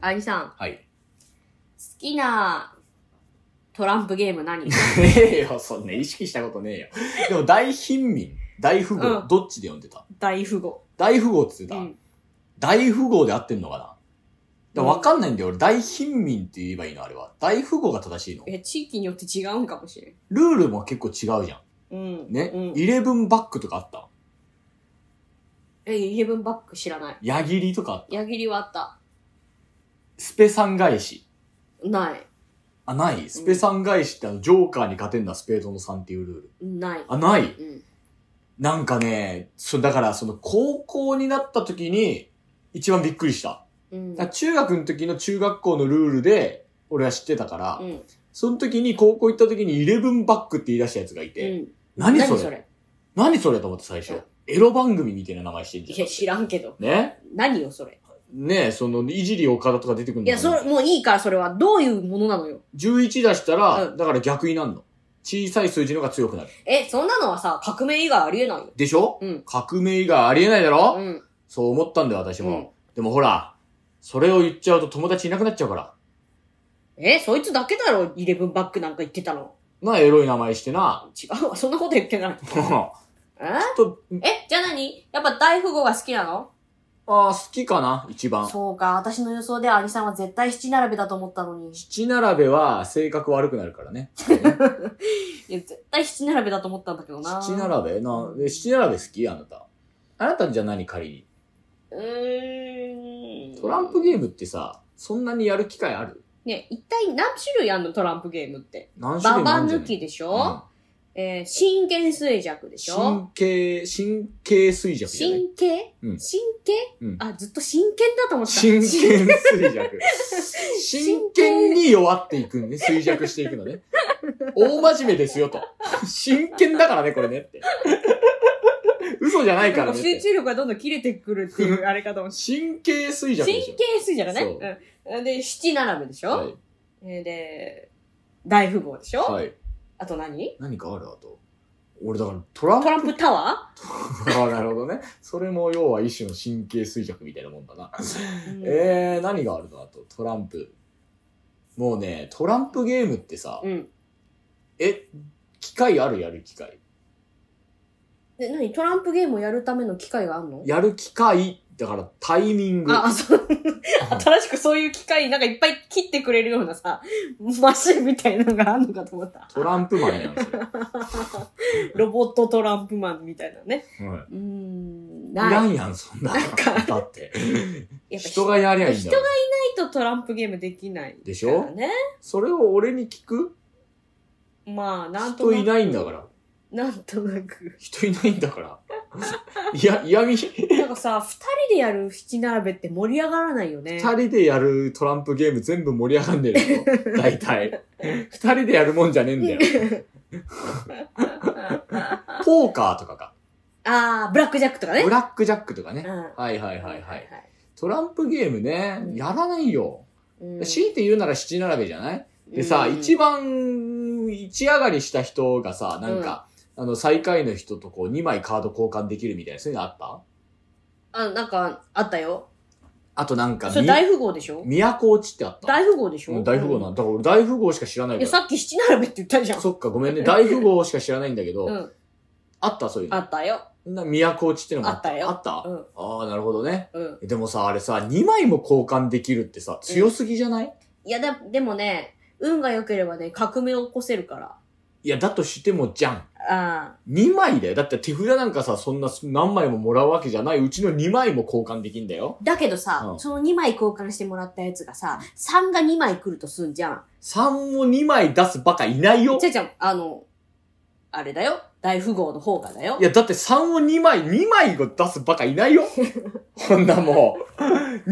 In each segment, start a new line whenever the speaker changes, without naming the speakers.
あゆみさん、好
はい。
きなトランプゲーム何
ねえよ、そんな意識したことねえよ。でも、大貧民、大富豪、
うん
どっちで読んでた
大富豪。
大富豪って言って
う
た、
ん。
大富豪で合ってんのかなでもわかんないんだよ、俺。大貧民って言えばいいの、あれは。大富豪が正しいの。
え、地域によって違うんかもしれん。
ルールも結構違うじゃ
うん。
ん。ね。
うん。
イレブンバックとかあった
え、イレブンバック知らない。
矢切りとかあった
矢切りはあった。
スペさん返し。
ない。
あ、ないスペさん返しってあの、ジョーカーに勝てんだ、スペードの3っていうルール。
ない。
あ、ない
うん。
なんかね、そう、だからその高校になった時に一番びっくりした。
うん。
だから中学の時の中学校のルールで俺は知ってたから、
うん。
その時に高校行った時にイレブンバックって言い出したやつがいうて、
ん。
何それ
何
何そ
そ
れ
れ
と思って最
う
初
ん。
エロ番組みたいな名前してん
い
じ
や、
ゃん。
知らんけど。
ね
何よ、それ。
ねえ、その、いじり岡田とか出てくるの
いや、それ、もういいから、それは。どういうものなのよ。
11出したら、
うん
だから逆になんの。小さい数字の方が強くなる。
え、そんなのはさ、革命以外ありえないよ。
でしょ
うん。
革命以外ありえないだろ、
うん。
そう思ったんだよ、私も。
うん
でもほら、それを言っちゃうと友達いなくなっちゃうから。
え、そいつだけだろ、イレブンバックなんか言ってたの。
な、エロい名前してな。
違うわ、そんなこと言ってない。え
と、
え、じゃあ何やっぱ大富豪が好きなの
ああ、好きかな、一番。
そうか、私の予想ではアニさんは絶対七並べだと思ったのに。
七並べは性格悪くなるからね。
いや、絶対七並べだと思ったんだけどな。
七並べな、で七並べ好きあなた。あなたじゃあ何仮
べうーん。
に。トランプゲームってさ、そんなにやる機会ある
ね、一体何種類あんのトランプゲームって。
何種
バ
類もあ
バ
るんじゃ
抜
ない
きでし
うん
ょ、えー神経衰弱でしょ
神経、神経衰弱じゃない
神経、
うん
神経、
うん
あ、ずっと真剣だと思った。
神経 衰弱。真剣に弱っていくんね。衰弱していくのね。大真面目ですよと。真剣だからね、これねって。嘘じゃないか
な
ら
ん
ね
か
っ
集
て。
中力がどんどん切れてくるっていうあれかと思って。
神経衰弱
神
でし
経
ょ。
衰弱ね。うん。で、七並べでしょ、
はい。
えーで、大富豪でしょ、
はい。
あと何
何かあるあと。俺だからトラン
ト
プ。
ランプタワ
ああ、 なるほどね。それも要は一種の神経衰弱みたいなもんだな。
ー、うん
えー、何があるのあと、トランプ。もうね、トランプゲームってさ、
うん。
え、機会あるやる機会。
で、何トランプゲームをやるための機会があるの
やる機会、だからタイミング。
あ、あ、 そう。新しくそういう機械、なんかいっぱい切ってくれるようなさ、マシンみたいなのがあるのかと思った。
トランプマンやん、 それ。は
ロボットトランプマンみたいなね。
い。
うーん、
い
ない。や
ら
っ
んやん、そんな。
か
だって。
ぱ
人がやりゃいいんだよ。
人とトランプゲームできない、
でしょ
ね。
それを俺に聞く
まあ、なんと
人
なく。
いないんだから。
なんとなく。
人いないんだから。いや、嫌味。二
なんかさ、二人でやる七並べって盛り上がらないよね。
人でやるトランプゲーム全部盛り上がんねえ のよ。大体。二人でやるもんじゃねえんだよ。ポーカーとかか。
あー、ブラックジャックとかね。
ブラックジャックとかね。
うん
はいはいはいはい。トランプゲームね
う、ん
やらないよ。
うん
強いて言うなら七並べじゃないでさ、
うん
一番、一上がりした人がさ、なんか、あの、最下位の人とこう、2枚カード交換できるみたいな、そういうのあった
あ、なんか、あったよ。
あとなんか、
それ
み
大富豪でしょ
都落ちってあった
大富豪でしょ、
うん大富豪なんんだ。だから俺大富豪しか知らない
い
か
や、
ら。
さっき七並べって言ったじゃん。
そっか、ごめんね。大富豪しか知らないんだけど、
うん。
あったそういう
あ
の。
ったよ。
な都落ちってのも
あったよ
あった、
うん。
ああ、なるほどね。
うん。
でもさ、あれさ、2枚も交換できるってさ、強すぎじゃない、
いや、ででもね、運が良ければね、革命を起こせるから。
いや、だとしてもじゃん。
ああ。
2枚だよ。だって手札なんかさ、そんな何枚ももらうわけじゃない。うちの2枚も交換できんだよ。
だけどさ、
うん
その2枚交換してもらったやつがさ、3が2枚来るとすんじゃん。
3を2枚出すバカいないよ
ち。ゃちゃ、あの、あれだよ。大富豪の方がだよ
い。や、だって3を2枚、2枚を出すバカいな いよ。こんなもう。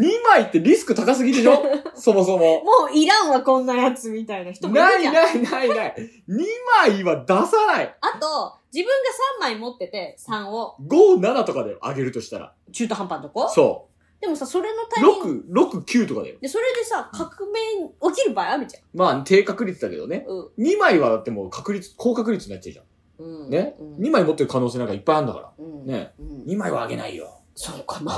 2枚ってリスク高すぎでしょそもそも。
もういらんわ、こんなやつみたいな人もい
な
る
い
じゃん。
ないないない。2枚は出さない。
あと、自分が3枚持ってて、3を
5、7とかだよ。上げるとしたら。
中途半端のとこ
そ
でもさ、それのタ
う。
イミング。
6、6、9とかだよ。
で、それでさ、革命起きる場合あるじゃん。
まあ、低確率だけどね。
う
2枚はだってもう確率、高確率になっちゃうじゃん。
ん。うん。
ね。
うん
2枚持ってる可能性なんかいっぱいあるんだから。
うん。
ね。
うん。
2枚はあげないよ。
そうか
う
な。
ん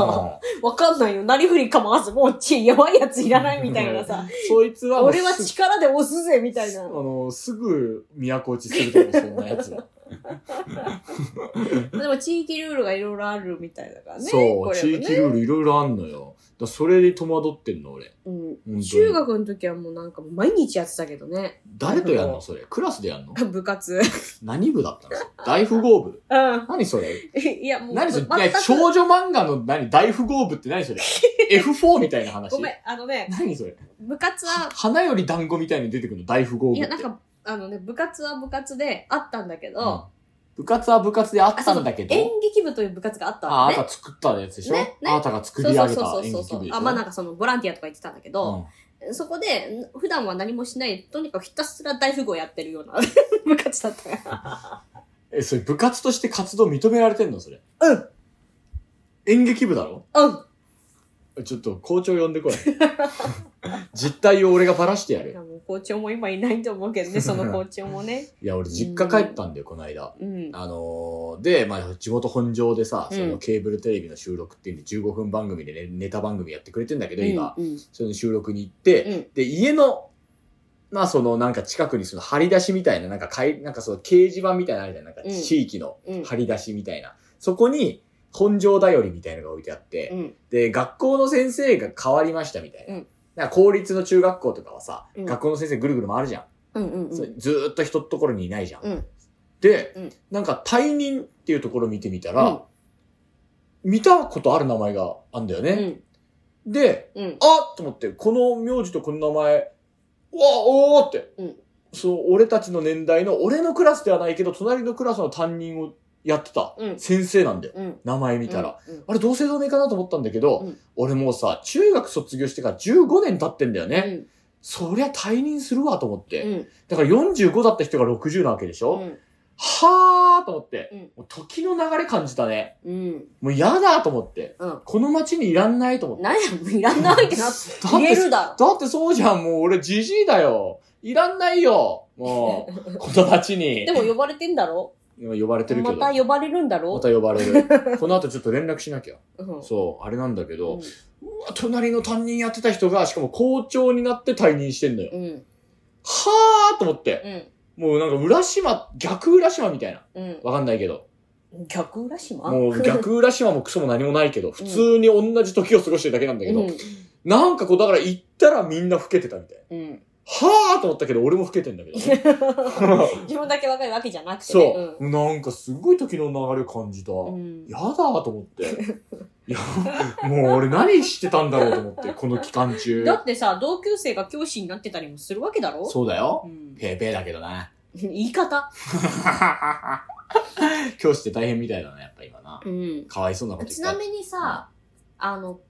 わかんないよ。なりふり構わず、もうち、やばいやついらないみたいなさ。
そいつは、
俺は
す
力で押すぜ、みたいな
あ。の、すぐ都落ちすると思う、そんなや つは。
でも地域ルールがいろいろあるみたいだからね。
そう、
これも
地
ね
域ルールいろいろあんのよ。だそれで戸惑ってんの、俺。
う
当
ん、
に
中学の時はもうなんかもう毎日やってたけどね。
誰とやんのそれ。クラスでやんの
部活。
何部だったのそれ大富豪部
うん。
何それ
いや、もう。
何それ
全
ね
く
少女漫画の何大富豪部って何それ ?F4 みたいな話。
ごめん、あのね、
何それ
部活は、
花より団子みたいに出てくるの大富豪部
い
って。
や、なんか、あのね、部活は部活であったんだけ
うん
ど、
部活は部活であっ
あそ
た
うそ
ん
う
だけど。
演劇部という部活があった
あ、
わ
あ
け
な
ね。
た作ったやつでしょ、
ねね
あなたが作
そ
り
う
上
そう
げた
そう
演
そう
劇
そう
部で。しょ
あ、まあなんかそのボランティアとか言ってたんだけど、
うん
そこで、普段は何もしない、とにかくひたすら大富豪やってるような部活だったか
え、それ部活として活動認められてんのそれ。
ら。うん
演劇部だろ
うん
ちょっと校長呼ん でこい。実態を俺がばらしてや
い
る
や。もう校長も今いないと思うけどね、その校長もね。
いや、俺実家帰ったんだよ、この間。
うん。
あのーで、まあ、地元本上でさ、
うん
そのケーブルテレビの収録っていうんで、15分番組でね、ネタ番組やってくれてんだけど、今、
うんうん
その収録に行って、
うん
で、家の、まあ、その、なんか近くにその張り出しみたいな、なんかかい、なんかその掲示板みたいなのあるじゃん、なんか
うん
地域の
うん
張り出しみたいな。そこに、本上だよりみたいのが置いてあって、
うん
で、学校の先生が変わりましたみたいな。
うん
なんか公立の中学校とかはさ、
うん
学校の先生ぐるぐる回るじゃん。
うんうんうん
それずーっと一ところにいないじゃん。
うん
で、
うん
なんか退任っていうところ見てみたら、見たことある名前があんだよ
う
ね。
ん
で、
うん
あっと思って、この名字とこの名前、うわ、おーって、
うん
その俺たちの年代の、俺のクラスではないけど、隣のクラスの担任をやってた
うん
先生なんだよ。
うん
名前見たら。
うん
あれ同姓同名かなと思ったんだけど、
うん
俺もうさ、中学卒業してから15年経ってんだよね。
うん
そりゃ退任するわと思って。
うん
だから45だった人が60なわけでしょ、
うん
はーと思って、
うん
もう時の流れ感じたね。
うん
もう嫌だと思って。
うん
この街にいらんないと思って。
何やもういらないってなっ
だって
て言えるだ
だってそうじゃん、もう俺じじいだよ。いらんないよ。もう、この街に。
ろでも呼ばれてんだろ
今呼ばれてるけ
ま
ど。
た呼ばれるんだ
ま
ろ
た呼ばれる。この後ちょっと連絡し なきゃ。
うん
そう、あれなんだけど、
うん
うわ、隣の担任やってた人が、しかも校長になって退任してんのよ。
うん
はーと思って、
うん
もうなんか浦島、逆浦島みたいな。
うん
わかんないけど。
逆浦島
もう逆浦島もクソも何もない けど、普通に同じ時を過ごしてるだけなんだけど、
うん
なんかこう、だから行ったらみんな老けてたみたいな。
うん
はーと思ったけど、俺も老けてんだけど。
自分だけ若いわけじゃなくてね
そう、なんかすごい時の流れ感じた。
うん
やだーと思 って。いや、もう俺何してたんだろうと思って、この期間中。
だってさ同級生が教師になってたりもするわけだろ
そうだよ。
うん
ペーペーだけど な。
言い方
教師って大変みたいだな、やっぱ今な。
うん
かわいそうなこと言っ
ち
た。
なみにさ、あの、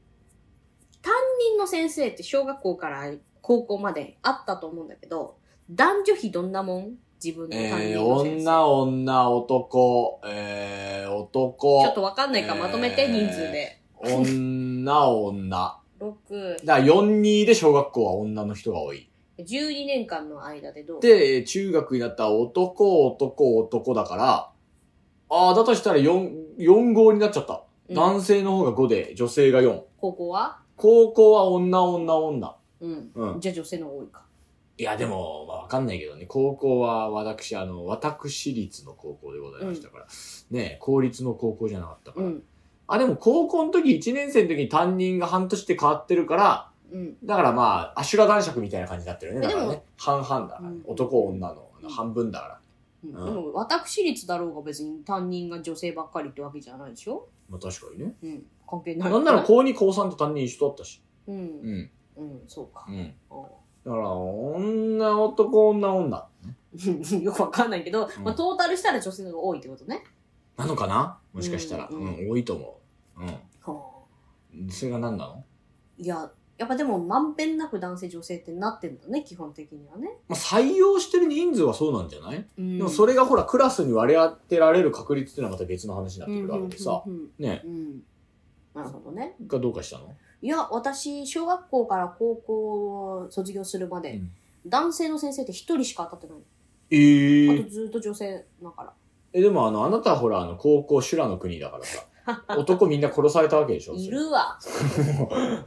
担任の先生って小学校から高校まであったと思うんだけど、男女比どんなもん自分の担任
えー、
の先生。
女、女、男、えー、男、
ちょっとわかんないからまとめて、
えー
人数で。
女、女。
6、
だから4、2で小学校は女の人が多い。
12年間の間でどう
で、中学になったら男、男、男だから、ああ、だとしたら4、4号になっちゃった。
うん
男性の方が5で、女性が4。
高校は
高校は女、女、女。
うん。
うん。
じゃあ女性の方が多いか。
いや、でも、まあ、わかんないけどね。高校は、私、あの、私立の高校でございましたから。ねえ公立の高校じゃなかったか
う
ら。
ん。
あ、でも、高校の時、1年生の時に担任が半年で変わってるから、
うん。
だからまあ、アシュラ男爵みたいな感じになってるね。だから
で
ね。半々だからね、
うん
男、女の
うん
半分だから。
うん、で
うん
も私立だろうが別に担任が女性ばっかりってわけじゃないでしょ
まあ確かにね。
うん。関係ない。
なんなら高2、高3と担任一緒だったし。
う。うん。
ん。
うん、そうか。
うん。
うん
だから、女、男、女、女。
うん よくわかんないけど、
うん
まあ、トータルしたら女性の方が多いってことね。
なのかなもしかしたら。う
うん
ん
うん、
多いと思う。うん。それが何なの
いや、やっぱでもまんべんなく男性女性ってなってんだね、基本的にはね。
まあ採用してる人数はそうなんじゃない
うん、
でもそ
れ
れがほら、クラスに割り当てられる確率っていうのはまた別の話になってくるわけでさ。
うんうんうん
ね。
うんなるほどね。
がどうかしたの
いや、私、小学校から高校を卒業するまで、
うん
男性の先生って一人しか当たってない。
え
あ
ー
とずっと女性だから。
え。でもあの、あなたはほら、あの、高校修羅の国だからさ。 男みんな殺されたわけでしょ。
いる わ。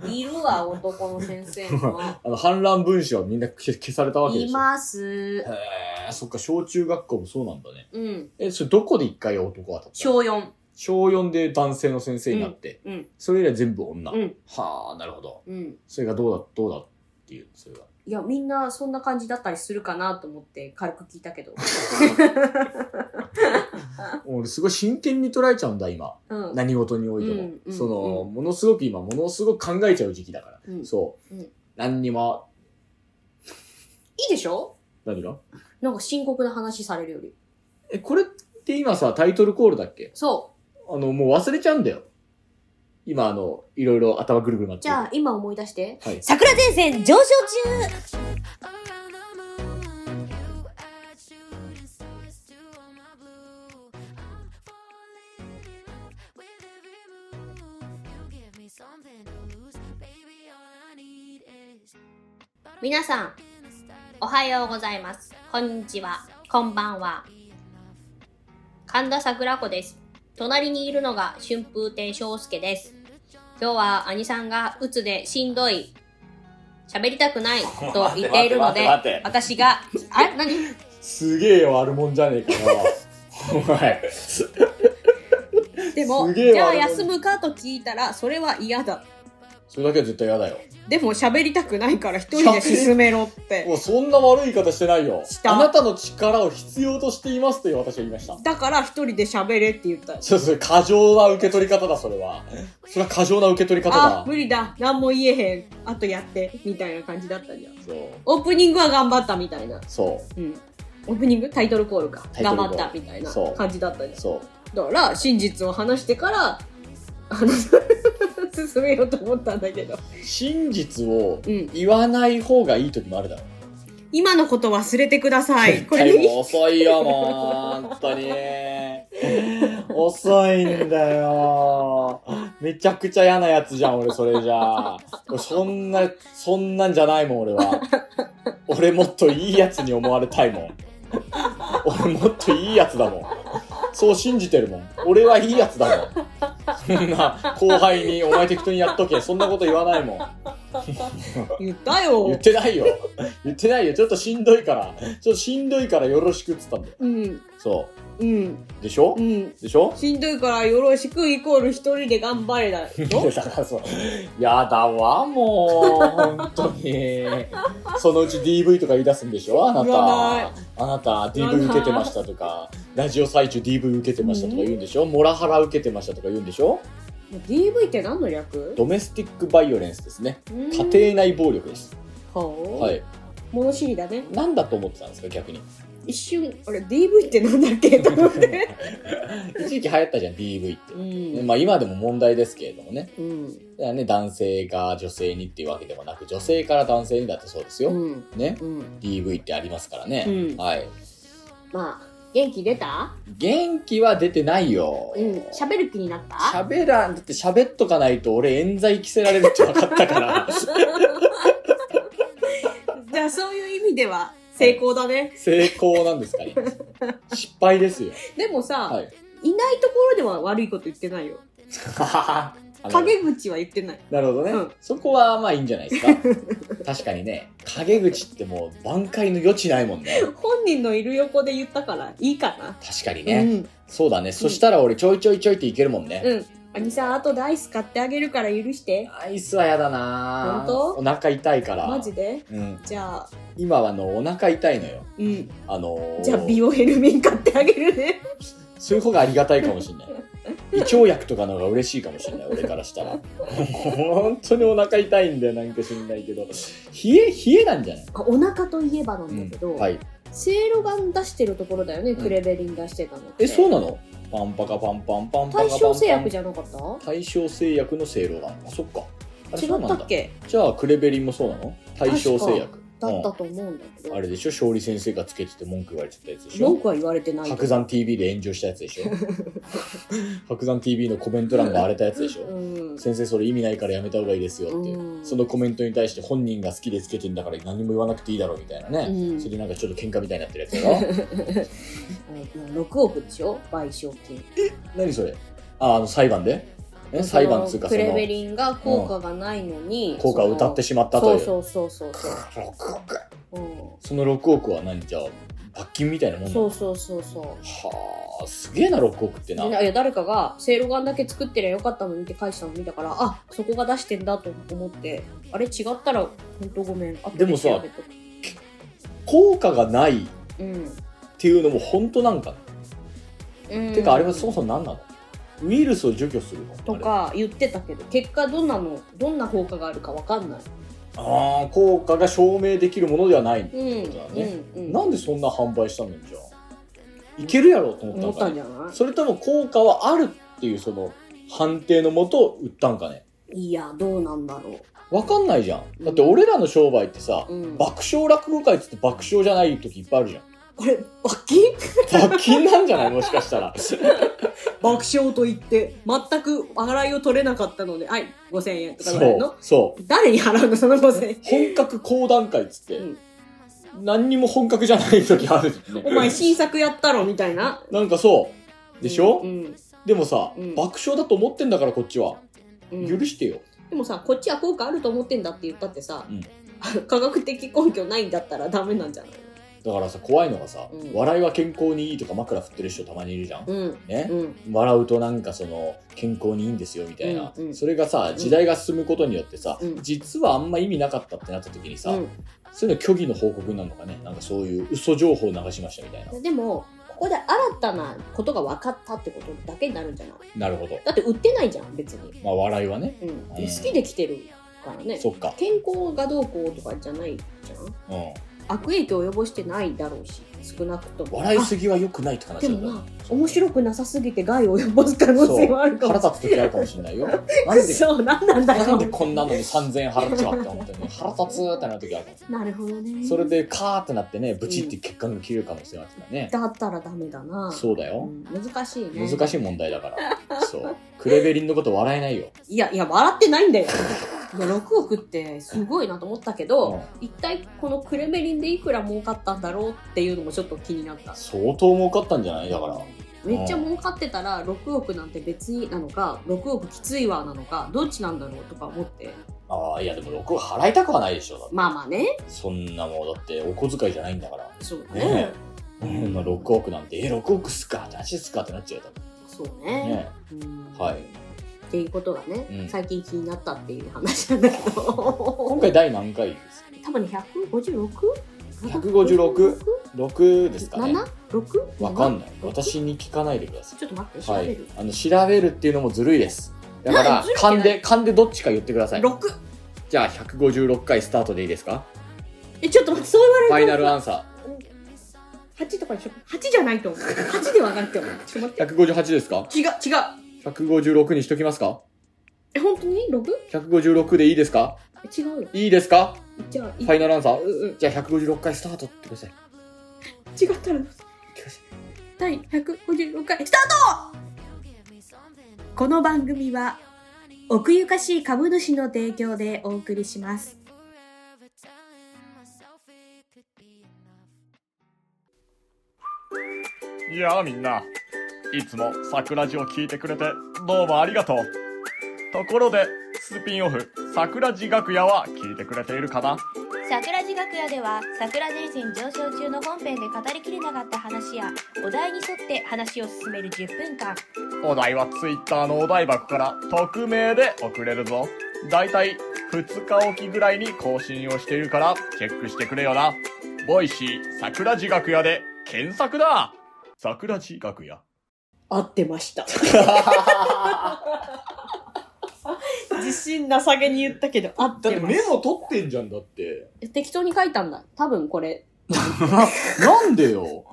いるわ、男の先生も。
あの、反乱分子はみんな消消されたわけで
い
しょ。
ます。
へえ、そっか、小中学校もそうなんだね。
うん。
え、それどこで一回男は当たったの
小4。
小4で男性の先生になって、
うん。
それ以来全部女。
うん。
はあ、なるほど。
うん。
それがどうだ、どうだっていう、それが。
いや、みんなそんな感じだったりするかなと思って軽く聞いたけど。
俺すごい真剣に捉えちゃうんだ、今。
うん。
何事においても。
うんうん
その、
う
ものすごく今、ものすごく考えちゃう時期だから。
うんい
そう。
うん
何にも、
いでしょ
何が
なんか深刻な話されるより。
え、これって今さ、タイトルコールだっけ
そ
あの、もう忘れちゃうんだよ。今、あの、いろいろ頭ぐるぐるなっ
う。
て
じ
る
ゃあ、今思い出して。
はい。
桜前線上昇中
Around the moon, you are shooting stars to all my blue. I'm falling in love with every move. You give me something to lose, baby. All I need is.
皆さん、おはようございます。こんにちは。こんばんは。神田桜子です。隣にいるのが春風亭昇介です。今日は兄さんが鬱でしんどい、喋りたくないと言っているので、
待って待って
私が、あれ何
すげえよ、あるもんじゃねえかな。 お前。
でも、
すげえ
じゃあ
悪い
休むかと聞いたら、それは嫌だ。
それだけは絶対嫌だよ。
でも喋りたくないから一人で進めろって
も。うそんな悪い言い方してないよ
し。た
あなたの力を必要としていますという私は言いました。
だから一人で喋れって言った。
そうそれ過剰な受け取り方だ、それは。それは過剰な受け取り方
あ
だ、。
無理だ。何も言えへん。あとやって。みたいな感じだったじゃん。
そう。
オープニングは頑張ったみたいな。
そ
うん。オープニングタイトルコールか。
タイト
頑張
ルコール
ったみたいな
そう
感じだったじ
う。そう。
ゃん。だから、真実を話してから、あの、 進めようと思ったんだけど。
真実を
うん
言わない方がいい時もあるだろう。
今のこと忘れてください。これ
絶対
ね。
もう遅いよ、もう。本当に。遅いんだよ。めちゃくちゃ嫌なやつじゃん、俺、それじゃあ。俺そんな、そんなんじゃないもん、俺は。俺もっといいやつに思われたいもん。俺もっといいやつだもん。そう信じてるもん。俺はいいやつだもん。そんな、後輩に、お前適当にやっとけ。そんなこと言わないもん。
言った
言っ
よ。
てないよ。言ってないよ。ちょっとしんどいから。ちょっとしんどいからよろしくっつったんだよ。
うん。
そ
う
う。
ん。
でしょ
うん。
でしょ
しんどいからよろしくイコール一人で頑張れ だ。
いやだからそう。 やだわ、もう。本当 に。そのうち DV とか言い出すんでしょあな
言わない
た。あなた、DV 受けてましたとか、ラジオ最中 DV 受けてましたとか言うんでしょモラハラ受けてましたとか言うんでしょ
DV って何の略
ドメスティックバイオレンスですね。
家
家庭内暴力です。
ほう、
はい。
物知りだね。
なんだと思ってたんですか、逆に。
一瞬、あれ、DV ってなんだっけと思って。
一時期流行ったじゃん、DV って
う。ん。
まあ今でも問題ですけれどもね。
うん。
だからね、男性が女性にっていうわけでもなく、女性から男性にだってそうですよ。
うん。
ね。
うん。
DV ってありますからね、
うん
はい
まあ、元気出た
元気は出てないよ、
うん。喋る気になった
喋らんだって喋っとかないと俺冤罪着せられるって分かったから
じゃあ、そういう意味では成功だね。
成功なんですかね失敗ですよ
でもさ、、
はいい
ないところでは悪いこと言ってないよ。
あの
陰口は言ってない。
なるほどね、
うん
そこはまあいいんじゃないですか確かにね陰口ってもう挽回の余地ないもんね
本人のいる横で言ったからいいかな。
確かにね、
うん。
そうだねそしたら俺ちょいちょいちょいっていけるもんね、
うん。兄さん、後でアイス買ってあげるから許して。
アイスはやだな
本当
お腹痛いから
マジで
うん、
じゃあ、
今はあのお腹痛いのよ
うん。
あのー
じゃあ、美容ヘルミン買ってあげるね。
そういう方がありがたいかもし れない。胃腸薬とかの方が嬉しいかもしれない、俺からしたら。 本当にお腹痛いんだよ、なんか知んないけど。冷え、冷えなんじゃない
あお腹といえばな
うんん
だけど、
はい。
せいろがん出してるところだよね、
ん
クレベリン出してたのって
え、そうなのパンパカパンパンパンパカパンパン。
大正製薬じ
ゃ
ゃなかった
大正製薬の正露丸。あ、そっか。あれ
違
そう
っ
な
た
んだ
っけ
じゃあ、クレベリンもそうなの大正製薬。
だったと思うんだけ
うん
ど、
あれでしょ勝利先生がつけてて文句言われてたやつでしょ
文句は言われてないよ
白山 TV で炎上したやつでし ょ白山 TV のコメント欄が荒れたやつでしょ
うん
先生それ意味ないからやめた方がいいですよって、
うん
そのコメントに対して本人が好きでつけてんだから何も言わなくていいだろうみたいなね、
うん
それでなんかちょっと喧嘩みたいになって るやつだろ
あの6億でしょ賠償金
何それあ、あの、裁判でえ裁判つうか、そ
クレベ
の、
リンが効果がないのに、
効果を歌ってしまったという。
そうそうそうそう
6億
そう、
その6億は何じゃあ、罰金みたいなも
うんん、
なの
そうそうそうそ
はあ、すげえな、6億って
う
な。
でないや誰かが「せいろがんだけ作ってりゃよかったのに」って返したの見たからあそこが出してんだと思ってあれ違ったら本当ごめん後
でもさ
調べとく
効果がないっ
うん
ていうのも本当なんかな、
うん
てか、あれはそもそも何なのウイルスを除去するの
とか言ってたけど結果どんなのどんな効果があるかわかんない
あれあー、効果が証明できるものではない。
うん
だね
うんうん
なんでそんな販売したのじゃあ。いけるやろと思った
思
の
った
か
んじ
ね。
ゃない
それとも効果はあるっていうその判定のもと売ったんかね。
いやどうなんだろ
わかんないじゃん。だって俺らの商売ってさ、
う、うん、
爆笑落語会っつって爆笑じゃない時いっぱいあ るじゃん。
あれ罰金
罰金なんじゃないもしかしたら。
爆笑と言って全く笑いを取れなかったのではい5000円とかぐら
そ
いうの、
そう。
誰に払うのその5000円
本格講談会っつって、
うん
何にも本格じゃない時あるじゃんね
お前新作やったろみたいな
なんかそう。でしょ、
うん
でもさ、
うん
爆笑だと思ってんだからこっちは。
うん
許してよ。
でもさこっちは効果あると思ってんだって言ったってさ、
うん
科学的根拠ないんだったらダメなんじゃない
だからさ、怖いのがさ、
うん
笑いは健康にいいとか枕振ってる人たまにいるじゃん。
うん
ね
う。ん
笑うとなんかその健康にいいんですよみたいな、
うんうん
それがさ時代が進むことによってさ、
うん
実はあんま意味なかったってなった時にさ、
うん
そういうの虚偽の報告になるのかねなんかそういう嘘情報を流しましたみたいな、
でもここで新たなことが分かったってことだけになるんじゃない
なるほど
だって売ってないじゃん別に、
まあ笑いはね
うん
ん
好きで来てるからね
そっか
健康がどうこうとかじゃないじゃん
うん
悪影響を及ぼしてないだろうし少なくとも
笑いすぎは良くないって
あ
話
で
なん
も
だ
まあ面白くなさすぎて害を及ぼす可能性はあるかも
腹立つ時あるかもしれないよなん
く
で
そうなんなんだ
な
よ
んでこんなのに3000円払っちゃうって思ってね腹立つってなる時あるかもしれ
なるほど
な
ね
いそれでカーってなってねブチって血管が切れる可能性があるからね、
だったらダメだな
そうだよ、
ん難しいね
難しい問題だから。そう。クレベリンのこと笑えないよ。
いやいや笑ってないんだよいや6億ってすごいなと思ったけど、一体このクレベリンでいくら儲かったんだろうっていうのもちょっと気になった
相当儲かったんじゃないだから。
めっちゃ儲かってたら6億なんて別になのか6億きついわなのかどっちなんだろうとか思って
ああ、いやでも6億払いたくはないでしょ。だって
まあまあね
そんなもうだってお小遣いじゃないんだから。
そうだね
ねえ。うん、まあ6億なんて、え、6億っすかって話っすかってなっちゃうよ。
そう
多
ね
分ね
うん
はい
っていうことがね、
うん
最近気になったっていう話なんだけど
今回第何回です
多分ね 156?
156 ?6 ですかね。
7?6?
わかんない。私に聞かないでくださ
ちょっと待って
い。
調
は
べ
い
る、。
あの調べるっていうのもずるいです。だか
な
ら
ずるくない
勘で勘でどっちか言ってください。
6
じゃあ156回スタートでいいですか？
えちょっと待ってそう
フ
言わ
ァ
れ
イ
る
ナルアンサー。
と8とかでしょ8じゃないと思う8ではないと思うちょっと待っ
158ですか
て違う違う
?156 にしときますか
え本当に 6?
156でいいですか
違うよ
いいですか
じゃあ
フ
い
ァイナルアン
う
サー
んうん
じゃあ156回スタートってください。
違ったら第156回スタートこの番組は奥ゆかしい株主の提供でお送りします
いやあみんないつも桜地を聞いてくれてどうもありがとうところでスピンオフ桜地楽屋は聞いてくれているかな
桜地楽屋では桜前線上昇中の本編で語りきれなかった話やお題に沿って話を進める10分間
お題はツイッターのお題箱から匿名で送れるぞだいたい2日おきぐらいに更新をしているからチェックしてくれよなボイシー桜地楽屋で検索だ桜地楽屋
合ってま した自信なさげに言ったけど合っ
だってて
ま
メモ取ってんじゃん だって。
す適当に書いたんだ多分これ
なんでよ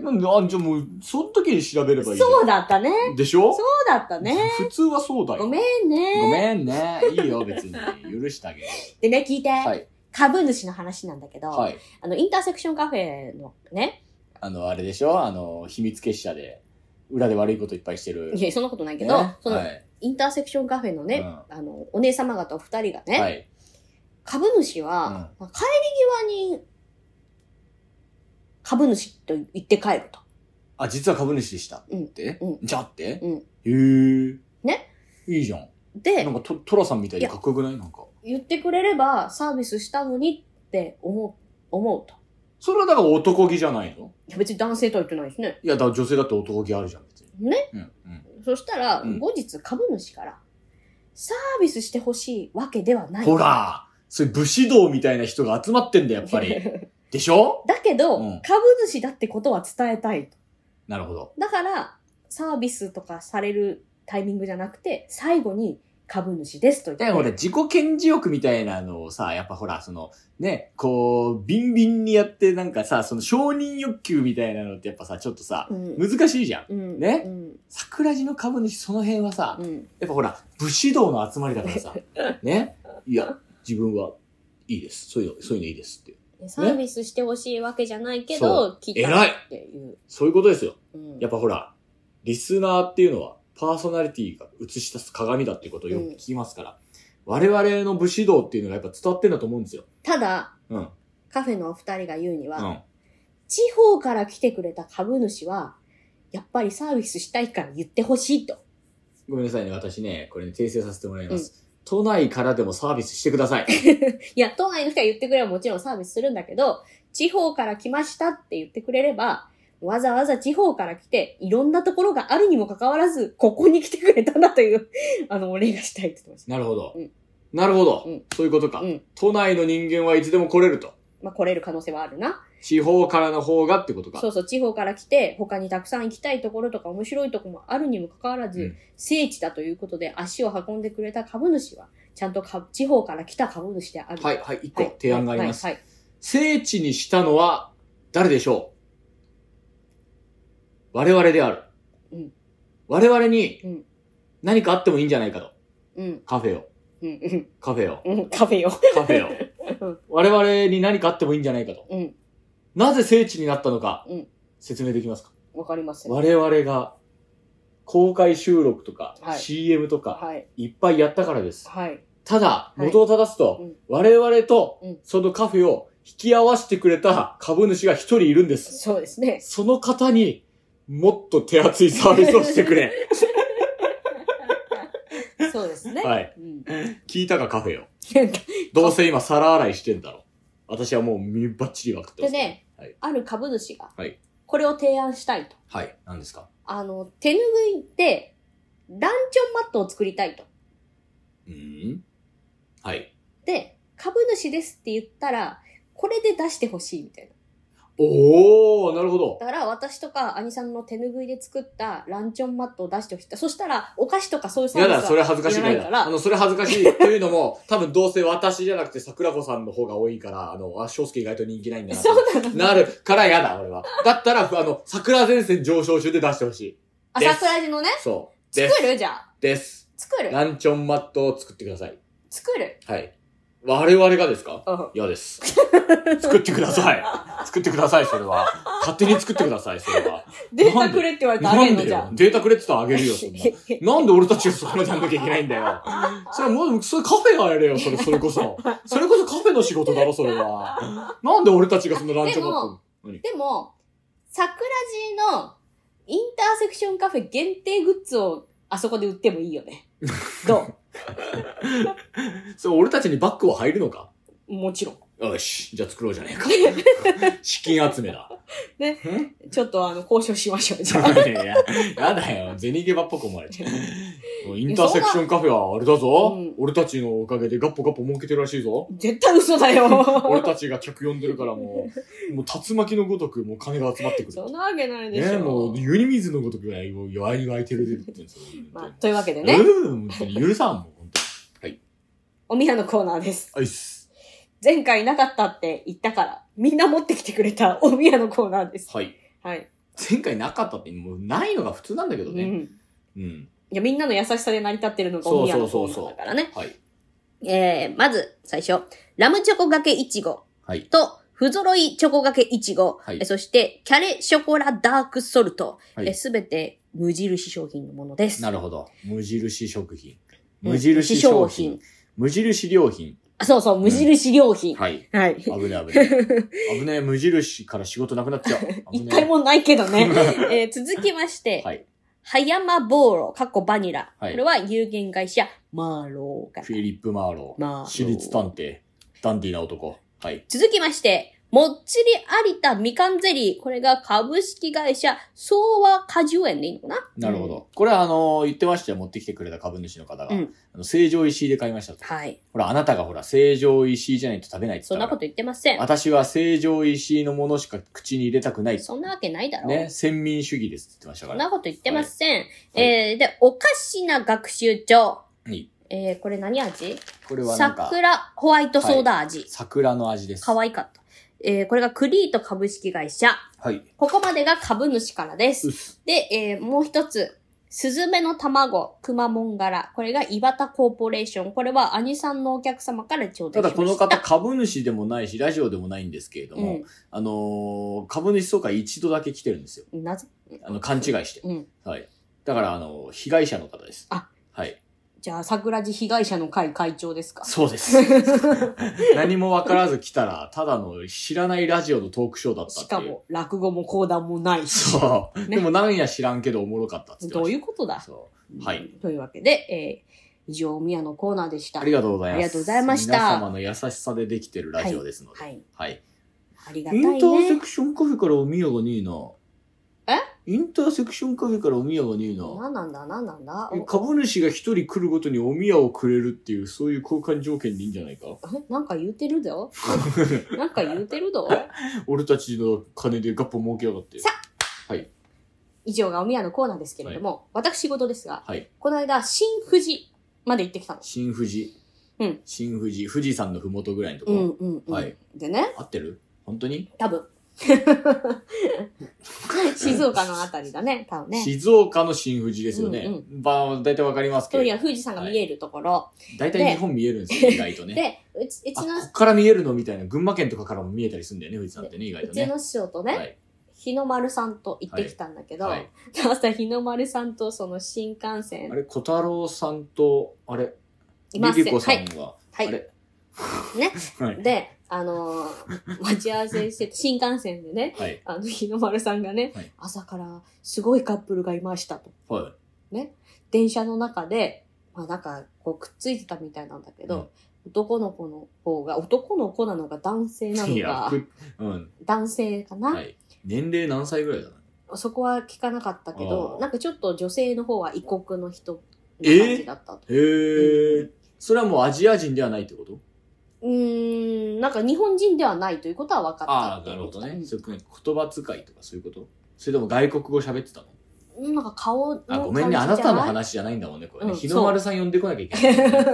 なんで、あ、じゃあもう、その時に調べればいいじゃん。
そうだったね
でしょ
そうだったね
普通はそうだよ。
ごめんね
ごめんね。いいよ、別に。許してあげる。
でね聞いて、
はい。
株主の話なんだけど、
はい。
あのインターセクションカフェのね
あの、あれでしょあの、秘密結社で、裏で悪いこといっぱいしてる。
いやそんなことないけ
ね
ど、その
はい。
インターセクションカフェのね、
う
あのお姉様方お二人がね、
はい。
株主は、帰り際に株主と言って帰ると。
ああ、実は株主でした。
うん
って、
う
じゃあって、
うん
へえ。
ね
いいじゃん。
で
なんかト、トラさんみたいにかっこよくないなんか。
言ってくれればサービスしたのにって思う思うと
それはだから男気じゃないの
いや別に男性とは言ってないですね
いや、だから女性だって男気あるじゃん、別に。
ね
うん、うん。
そしたら
うん
後日株主からサービスしてほしいわけではない
ほらそういう武士道みたいな人が集まってんだよ、やっ ぱり。でしょ
だけど、
うん
株主だってことは伝えたいと
なるほど。
だからサービスとかされるタイミングじゃなくて最後に株主ですと言
だか
っ
らほ
て
ら、自己顕示欲みたいなのをさ、やっぱほら、その、ね、こう、ビンビンにやって、なんかさ、その承認欲求みたいなのってやっぱさ、ちょっとさ、
うん
難しいじゃん。
うん
ね
うん
桜地の株主その辺はさ、
うん
やっぱほら、武士道の集まりだから さ、ね、いや、自分はいいです。そういうの、そういうのいいですって。
でサービスしてほしいわけじゃないけど、聞いたっていう。
そういうことですよ。
うん
やっぱほら、リスナーっていうのは、パーソナリティが映し出す鏡だっていうことをよく聞きますから、我々の武士道っていうのがやっぱ伝わってんだと思うんですよ。
ただ、
うん。
カフェのお二人が言うには、
うん。
地方から来てくれた株主は、やっぱりサービスしたいから言ってほしいと。
ごめんなさいね、私ね、これね、訂正させてもらいます。都内からでもサービスしてください。
いや、都内の人が言ってくれればもちろんサービスするんだけど、地方から来ましたって言ってくれれば、わざわざ地方から来て、いろんなところがあるにもかかわらず、ここに来てくれたんだという、 あの、お礼がしたいって言ってました。
なるほど。
うん
なるほど、
うん
そういうことか、
うん
都内の人間はいつでも来れると。
まあ、来れる可能性はあるな。
地方からの方がってことか。
そうそう、地方から来て、他にたくさん行きたいところとか面白いところもあるにもかかわらず、
うん
聖地だということで足を運んでくれた株主は、ちゃんとか地方から来た株主である。
はい、
はい
はい、一個提案があります。
はい、はい
聖地にしたのは誰でしょう我々である。
うん
我々に
うん
何かあってもいいんじゃないかと。
うん、
カフェを。
うん、
カフェを。
うん、うん、カフェよ。
カフ ェ
う
を
ん。
我々に何かあってもいいんじゃないかと。
うん、
なぜ聖地になったのか
うん、
説明できますか
わかりません。
我々が公開収録とか
はい
CM とか
はい、
いっぱいやったからです。
はい。
た
は
だ、
い
元を正す
う
と
ん、
我々と
うん
そのカフェを引き合わせてくれた株主が一人いるんです。
そうですね。
その方にもっと手厚いサービスをして くれ。
そうですね。
はい。
うん、
聞いたかカフェを。どうせ今皿洗いしてんだろ。私はもう身ばっちり分かって
で
ま。
すね、
はい
ある株主が
はい、
これを提案したいと。
はい。何ですか
あの、手拭いで、ランチョンマットを作りたいと。
うーん。はい。
で、株主ですって言ったら、これで出してほしいみたいな。
おー、なるほど。
だから私とか兄さんの手拭いで作ったランチョンマットを出してほしい。そしたら、お菓子とかそういうサー
や
ビスは
だ、それ恥ずかしいから
らないから
あの、それ恥ずかしい。というのも、多分どうせ私じゃなくて桜子さんの方が多いから、あの、あ、翔介意外と人気ないんだな。
そうなの。
なるからやだ、俺は。だったら、あの、桜前線上昇中で出してほしい。
あ、
です
桜地のね、
そう。です。
作るじゃあ。
です。
作る
ランチョンマットを作ってください。
作る。
はい。我々がですか
うん。
嫌です。作ってください。作ってください、それは。勝手に作ってください、それ は。
データくれって言われたらあ
な
げん
ん
の
で
じゃ
よ
あ。。
データくれって言ったらあげるよ、そ んな。なんで俺たちがそこまでやんなきゃいけないんだよ。それはもう、それカフェがやれよ、そ れ、それこそ。それこそカフェの仕事だろ、それは。なんで俺たちがそのランチョンマット。
でも、桜地のインターセクションカフェ限定グッズをあそこで売ってもいいよ ね。ど
それ俺たちにバッグは入るのか
うもちろん。
よし、じゃあ作ろうじゃ ねえか。資金集めだ。
ね
ん
ちょっとあの、交渉しましょう。 じゃあ
いやいややだよ。銭ゲバっぽく思われちゃう。もうインターセクションカフェはあれだぞ。
うん
俺たちのおかげでガッポガッポ儲けてるらし いぞ。
絶対嘘だ よ。
俺たちが客呼んでるからもう、もう竜巻のごとくもう金が集まってくる。
そんなわけないでしょ。
ねもう湯に水のごとくねもう弱い湧いてるって言ってん
まあ、
で
というわけです
よ。
ね、
うん、本当に許さんもん、本当に。
おみやのコーナーです。
あいっす。
前回なかったって言ったから、みんな持ってきてくれた おみやのコーナーです。
はい。
はい。
前回なかったって、もうないのが普通なんだけ
う
ど
ん。
ね。
い
うん。
や、みんなの優しさで成り立ってるのがおみやのコーナーだからね。
はい。
えー、まず、最初、ラムチョコがけいちご
はい。
と、不揃いチョコがけいちご、
はい
えそして、キャレショコラダークソルト、
はい
えすべて無印商品のものです。
なるほど。無印食
う
品。
ん
無印
無印商
商品。
品
無印良品。
そうそう、無印良品。
はい。
はい。
危ない 危ない。危ない無印から仕事なくなっちゃう。危
一
ない
回。もないけど ね。えー続きまして、
はい。
葉山ボーロ、かっこバニラ。
はい
これは有限会社、マーローが。
フィリップ・マーロ
マーロ
ー。
ー
私立探偵。ダンディーな男。はい。
続きまして、もっちり有田みかんゼリー。これが株式会社、昭和果樹園でいいのかな
なるほど。これはあのー、言ってましたよ。持ってきてくれた株主の方が。
うん
あの成城石井で買いましたと。
はい。
ほら、あなたがほら、成城石井じゃないと食べないって
そ
言
ん
った
なこ
から
と。言ってません。
私は成城石井のものしか口に入れたくない。
そんなわけないだろ。
ね。先民主義ですって言ってました
そ
か
ん
ら。
なこと言ってません。
はい
えー、で、おかしな学習帳。
はい
えー、これ何味
これはなんか、
桜ホワイトソーダ味。
桜の味です。
可愛かった。えー、これがクリート株式会社。
はい。
ここまでが株主からで
う
す
っ。す
で、えーもう一つ。スズメの卵、くまモン柄。これが岩田コーポレーション。これは兄さんのお客様から頂戴したま
だ
した。
この方株主でもないし、ラジオでもないんですけれども、あのー株主総会一度だけ来てるんですよ。
うん。なぜ
あの、勘違いして。
うん。
はい。だから、あの、被害者の方です。
あ
はい。
じゃあ、桜地被害者の会会長ですか。
そうです。 何もわからず来たら、ただの知らないラジオのトークショーだったっていう。
しか。も、落語も講談もないし。
そう。
ね
でもなんや知らんけどおもろかったっつって
どういううことだ
そう。はい。。
というわけで、えー、以上、宮のコーナーでした。
ありがとうございます。
ありがとうございました
皆様の優しさでできてるラジオですので。
はい。
はい。
ありがたい
インターセ
ね。
クションカフェからおみやがねえな。えインターセクションカフェからおみやがねえな。
なんなんだ、なんなんだ。
え株主が一人来るごとにおみやをくれるっていう、そういう交換条件でいいんじゃないか
えなんか言うてる ぞ。なんか言うてるぞ。
俺たちの金でガッポ儲けやがって。
さ以上がおみやのコーナーですけれども、私事ですが、
はい。
この間、新富士まで行ってきたの。
新富士。
うん
新富士。富士山のふもとぐらいのとこ
う
ろ。
んうんうん。
はい
でね、
合ってる本当に、
多 分。静岡のあたりだね、多分ね。
静岡の新富士ですよね。
うん
まあ、大体わかりますけ
と
ど
に。かく富士山が見えるところ。
大体日本見えるんですよ、意外とね。
で、うち、う
あ、
ち
こ
の、
っから見えるのみたいな。群馬県とかからも見えたりするんだよね、富士山ってね、意外
う
と
ち
ね。
の師匠と
は
ね、
い。
日の丸さんと行ってきたんだけど、
はい
朝日の丸さんとその新幹
あ
線、
れ、小太郎さんと、あれ、
いません
リリコさんが、
はい
あれ、
ね。
はい。
で、あのー 待ち合わせしてて、新幹線でね、
はい。
あの、日の丸さんがね、
はい
朝からすごいカップルがいましたと。
はい。
電車の中で、まあなんか、こうくっついてたみたいなんだけど、男の子の方が、男の子なのか男性なの
いや、
か、
くうん。
男性かな、
はい。年齢何歳ぐらいだな
そこは聞かなかったけど
あ、ー
なんかちょっと女性の方は異国の人
え
の
ー
感じだったと。
へー。それはもうアジア人ではないってこと
うーん、なんか日本人ではないということは分かった
あ
っ
あ、
てい
な
う
るほ
こと
ど
だ
ね。そういう言葉遣いとかそういうことそれとも外国語喋ってたの
うんなんか顔の
あ、
感
ご
じじ
め
ゃ
んね。
ない
あなたの話じゃないんだもんね、これね。
うん
日の丸さん呼んでこなきゃいけない。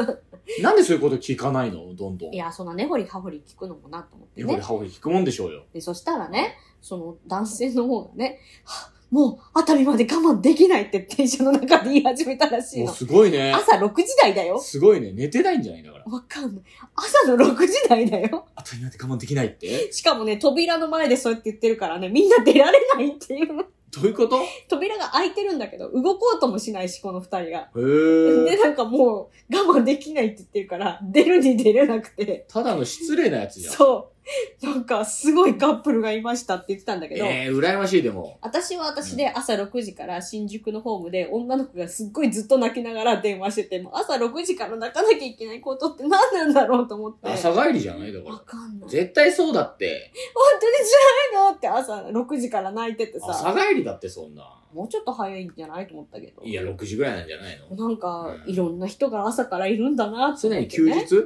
なんでそういうこと聞かないのどんど ん。
いや、そんな根掘り葉掘り聞くのもなと思って
よく
ね。
歯を聞くもんでしょうよ。
で、そしたらね、その男性の方がね、はぁもう熱海まで我慢できないって電車の中で言い始めたらしい
もう
の。
すごいね。
朝6時台だよ。
すごいね。寝てないんじゃないだから。
わかんない。朝の6時台だよ。
あとになって我慢できないって
しかもね、扉の前でそうやって言ってるからね、みんな出られないっていう。
どういうことへ
扉が開いてるんだけど、動こうともしないし、この二人が。で、
ー。
なんかもう、我慢できないって言ってるから、出るに出れなくて。
ただの失礼なやつじゃん。
そう。なんか、すごいカップルがいましたって言ってたんだけど、
ええー、羨ましいでも。
私は私で朝6時から新宿のホームで女の子がすっごいずっと泣きながら電話してて、もう朝6時から泣かなきゃいけないことって何なんだろうと思って。
朝帰りじゃないだか
わ
ら。
かんない。
絶対そうだって。
本当に辛いのって朝6時から泣いててさ、
朝帰りだってそんな。
もうちょっと早いんじゃないと思ったけど。
いや、6時ぐらいなんじゃないの
なんか、
うん
いろんな人が朝からいるんだなって
それ
思っ
何
て、
休
ね。
日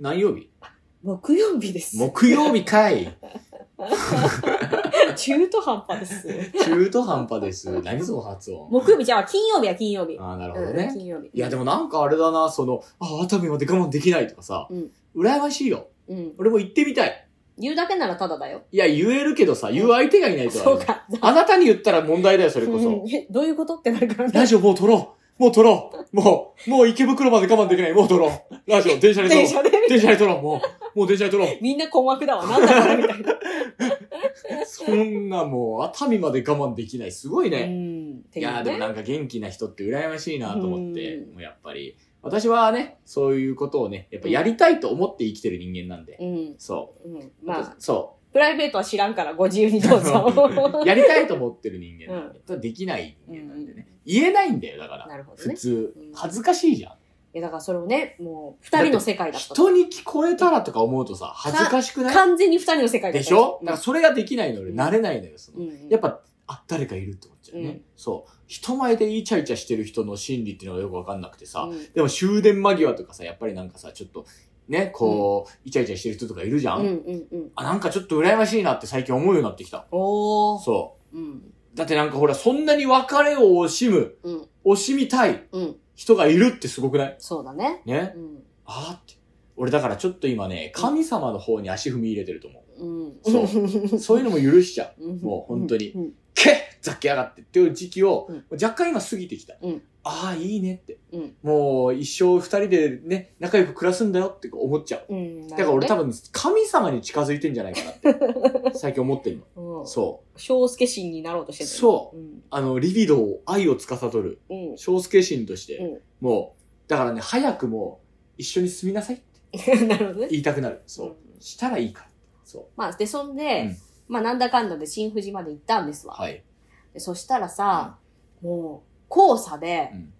何曜日
木曜日です。
木曜日かい
中途半端です。
中途半端です。何その発音。
木曜日じゃあ、金曜日は金曜日。
ああ、なるほどね
うん。金曜日。
いや、でもなんかあれだな、その、あ、熱海まで我慢できないとかさ、
うん
羨ましいよ。
うん。
俺も行ってみたい。
言うだけならただだよ。
いや、言えるけどさ、言う相手がいないとあれ
そうか。
あなたに言ったら問題だよ、それこ
う
そ。
んえどういうことってなるからね。
ラジオもう撮ろう。もう撮ろう。もう、もう池袋まで我慢できない。もう撮ろう。ラジオ、電車で撮ろう。
電車で。
電車で撮ろう。もう、もう電車で撮ろう。
みんな困惑だわ。なんだこれみたいな。
そんなもう、熱海まで我慢できない。すごいね。
うん。って
いう
ね
やーでもなんか元気な人って羨ましいなと思って
うん
もうやっぱり私はね、そういうことをね、やっぱやりたいと思って生きてる人間なんで。
うん。
そ
うん。
う。
まあ、
そ
プライベートは知らんから、ご自由にどう ぞ
う。。やりたいと思ってる人間なんで。ただできない人
うんう
間なんでね。
ん
言えないんだよ、だから。
なるほど
普
ね。
通
うん。
恥ずかしいじゃん。
いや、だからそれをね、もう、二人の世界だったと。
人に聞こえたらとか思うとさ、恥ずかしくない
完全に二人の世界だった。
でしょ
う
だからそれができないの
う
で、
ん
慣れないのよ、その
んうん。
やっぱ、あ、誰かいるって思っちゃうね。
うん
そう。人前でイチャイチャしてる人の心理っていうのがよくわかんなくてさ、
うん
でも終電間際とかさ、やっぱりなんかさ、ちょっと、ね、こう、イチャイチャしてる人とかいるじゃん、
うんうんうん。
あ、なんかちょっと羨ましいなって最近思うようになってきた。
おー。
そ
うん。
う。だってなんかほら、そんなに別れを惜しむ、
うん。
惜しみたい
うん。
人がいるってすごくない
そうだね。
ね。
うん。
あーって。俺だからちょっと今ね、神様の方に足踏み入れてると思
うん。
そうう。そういうのも許しちゃう。
うん
もう本当に
うん
けっざけやがってっていう時期を
うん、
若干今過ぎてきた。
うん
ああ、いいねって。
うん
もう一生二人でね、仲良く暮らすんだよって思っちゃ
う
う。
ん。
だから俺多
分、
分神様に近づいてんじゃないかなって、最近思ってる の。
うん
そう。
小助心になろうとしてる。。
そう
うん。
あの、リビドー、愛を司る、
うん。
小助心として、
うん
もう、だからね、早くもう、一緒に住みなさいって
なるほどね。
言いたくなる。そう。
ん
したらいいから。そ
まあ、で、そん
う
で
ん、
まあ、なんだかんだで新富士まで行ったんです
う。
わ。
はい。
でそしたらさ、もう、黄砂で
うん、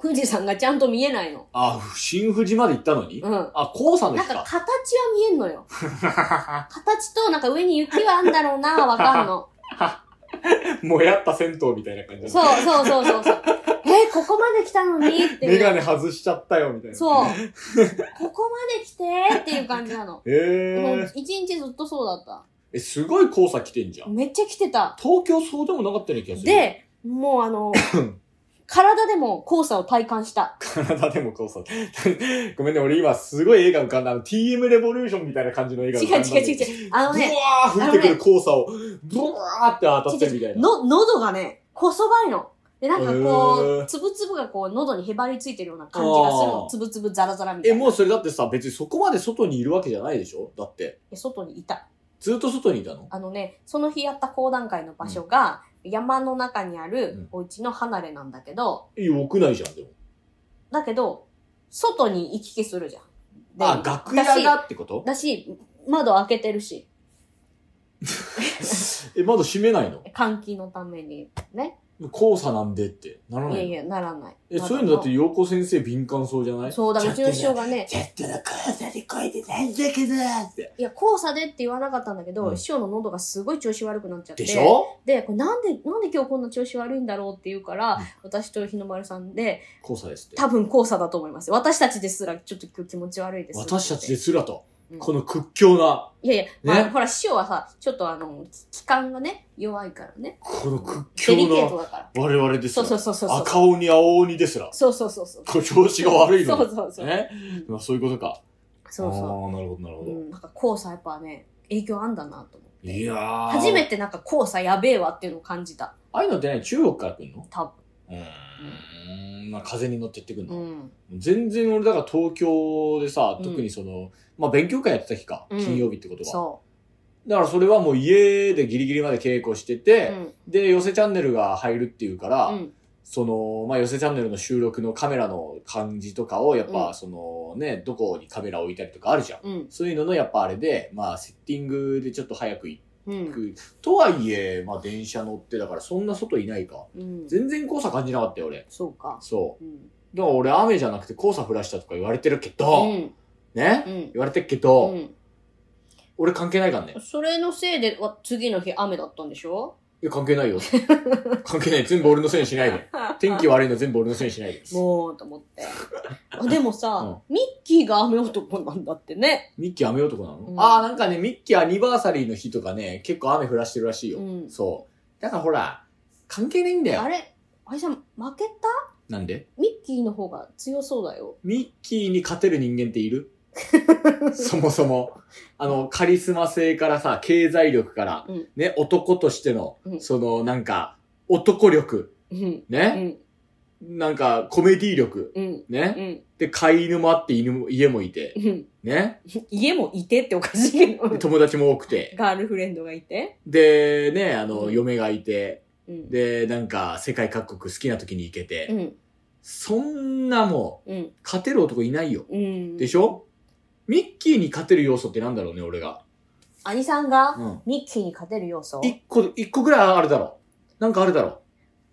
富士山がちゃんと見えないの。
あ、新富士まで行ったのに、
うん。なん
あ、黄砂の日
か
か。
形は見えんのよ。形と、なんか上に雪はあんだろうな、わかんの。
もやった銭湯みたいな感じだね
そうそうそうそうそう。えーここまで来たのにっていう。
メガネ外しちゃったよ、みたいな。う。
そう。ここまで来てっていう感じなの。
え
もう
ー、
一日ずっとそうだった。
え、すごい黄砂来てんじゃん。
めっちゃ来てた。
東京そうでもなかったような気がする。、
で、もうあ の、体でも黄砂を体感した。
体でも黄砂。 ごめんね、俺今すごい映画浮かんだ。あの TM レボリューションみたいな感じの映画
違う
浮かんだんだ
違う
けど。
違う違う。あの
ブ
ね、
ワー降ってくる黄砂を、ブワーって当たってるみたいな。
の、喉がね、こそばいの。で、なんか
へ
こ
ー
う、つぶつぶがこう、喉にへばりついてるような感じがする
あ
の。
ー
つぶつぶザラザラみたい
え、
な。
もうそれだってさ、別にそこまで外にいるわけじゃないでしょだって。
で外にいた。
ずっと外にいたの
あのね、その日やった講談会の場所が、山の中にあ
うん
るお家の離れなんだけど、
いや、屋内じゃん、でも。
だけど、外に行き来するじゃん。で
あ、楽屋がってこと
だし、窓開けてるし、
え、窓閉めないの
換気のためにね。
黄砂なんでってならない
い
の
やいや、ならない。
え、そういうのだって、陽子先生敏感そうじゃない
そうだ、うちの師匠がね、
ちょっとの黄砂で声でないんだけどって。
いや、黄砂でって言わなかったんだけど、
うん
師匠の喉がすごい調子悪くなっちゃって。
でしょ
で、これなんで、なんで今日こんな調子悪いんだろうって言うから、
うん
私と日の丸さんで、
黄砂ですって。
多分黄砂だと思います。私たちですら、ちょっと今日気持ち悪いです。
私たちですらと、
うん
この屈強な、
いやいや、まあ、
ね
ほら、師匠はさ、ちょっとあの、気管がね、弱いからね。
この屈
デ
強
リケー
な
トだから。
我々です
そう
ら
そうそうそう。
赤鬼、青鬼ですら、
そうそうそうそう。
こう調子が悪いの
そ
に。
うそうそう。
ね
うん
まあそういうことか。
そうそ
ああ、なるほど、なる
う。
ほ
う
ど。
ん、なんか黄砂やっぱね、影響あんだなと思って。
いやー。
初め
て。
てなんか黄砂やべえわっていうのを感じた。
ああいうのってね、中国から来るの
多
うーん。まあ風に乗ってってくるの。
分。
全然俺だから東京でさ、
うん
特にその、まあ勉強会やってた日か、
うん
金曜日ってこ
うん。
とは。
そ
だからそれはもう家でギリギリまで稽古してて、
う。うん。
で、寄せチャンネルが入るっていうから、
うん。
その、まあ、寄せチャンネルの収録のカメラの感じとかを、やっ
う
ぱ、
ん
そのね、どこにカメラ置いたりとかあるじゃん。
うん。
そういうのの、やっぱあれで、まあ、セッティングでちょっと早く行
う
く。
ん。
とはいえ、まあ、電車乗って、だからそんな外いないか。
うん。
全然黄砂感じなかったよ、俺。
そうか。
そ
うん。
う。だから俺、雨じゃなくて黄砂降らしたとか言われてるけ
う
ど、
ん。
ね、
うん。
言われてるけど、
うん
俺関係ないからね。
それのせいで、わ次の日雨だったんでしょ
いや、関係ないよ。関係ない。全部俺のせいにしないで。天気悪いの全部俺のせいにしないで。
もう、と思 って。あでもさ、ミッキーが雨男なんだってね。
ミッキー雨男なの、
うん
ああ、なんかね、ミッキーアニバーサリーの日とかね、結構雨降らしてるらしいよ。
うん
そう。だからほら、関係ないんだ
あ
よ。
れあれじゃん、負けた
なんで
ミッキーの方が強そうだよ。
ミッキーに勝てる人間っている そもそも。あの、カリスマ性からさ、経済力から、
うん
ね、男としての、
うん
その、なんか、男力、
うん。う
ね、
ん。
なんか、コメディ力、
うん。
ね、
うん。
で、飼い犬もあって、犬も、家もいて、
うん。
ね、
家もいてっておかしいけど。
で友達も多くて、
ガールフレンドがいて。
で、ね、あの、
うん
嫁がいて、
うん。
で、なんか、世界各国好きな時に行けて、
うん。
そんなも
うん
う、。勝てる男いないよ。
うん。
で
し
しょミッキーに勝てる要素ってなんだろうね、俺が。
兄さんが、
うん。
ミッキーに勝てる要素フ
一個、一個ぐらいあるだろう。なんかあるだろう。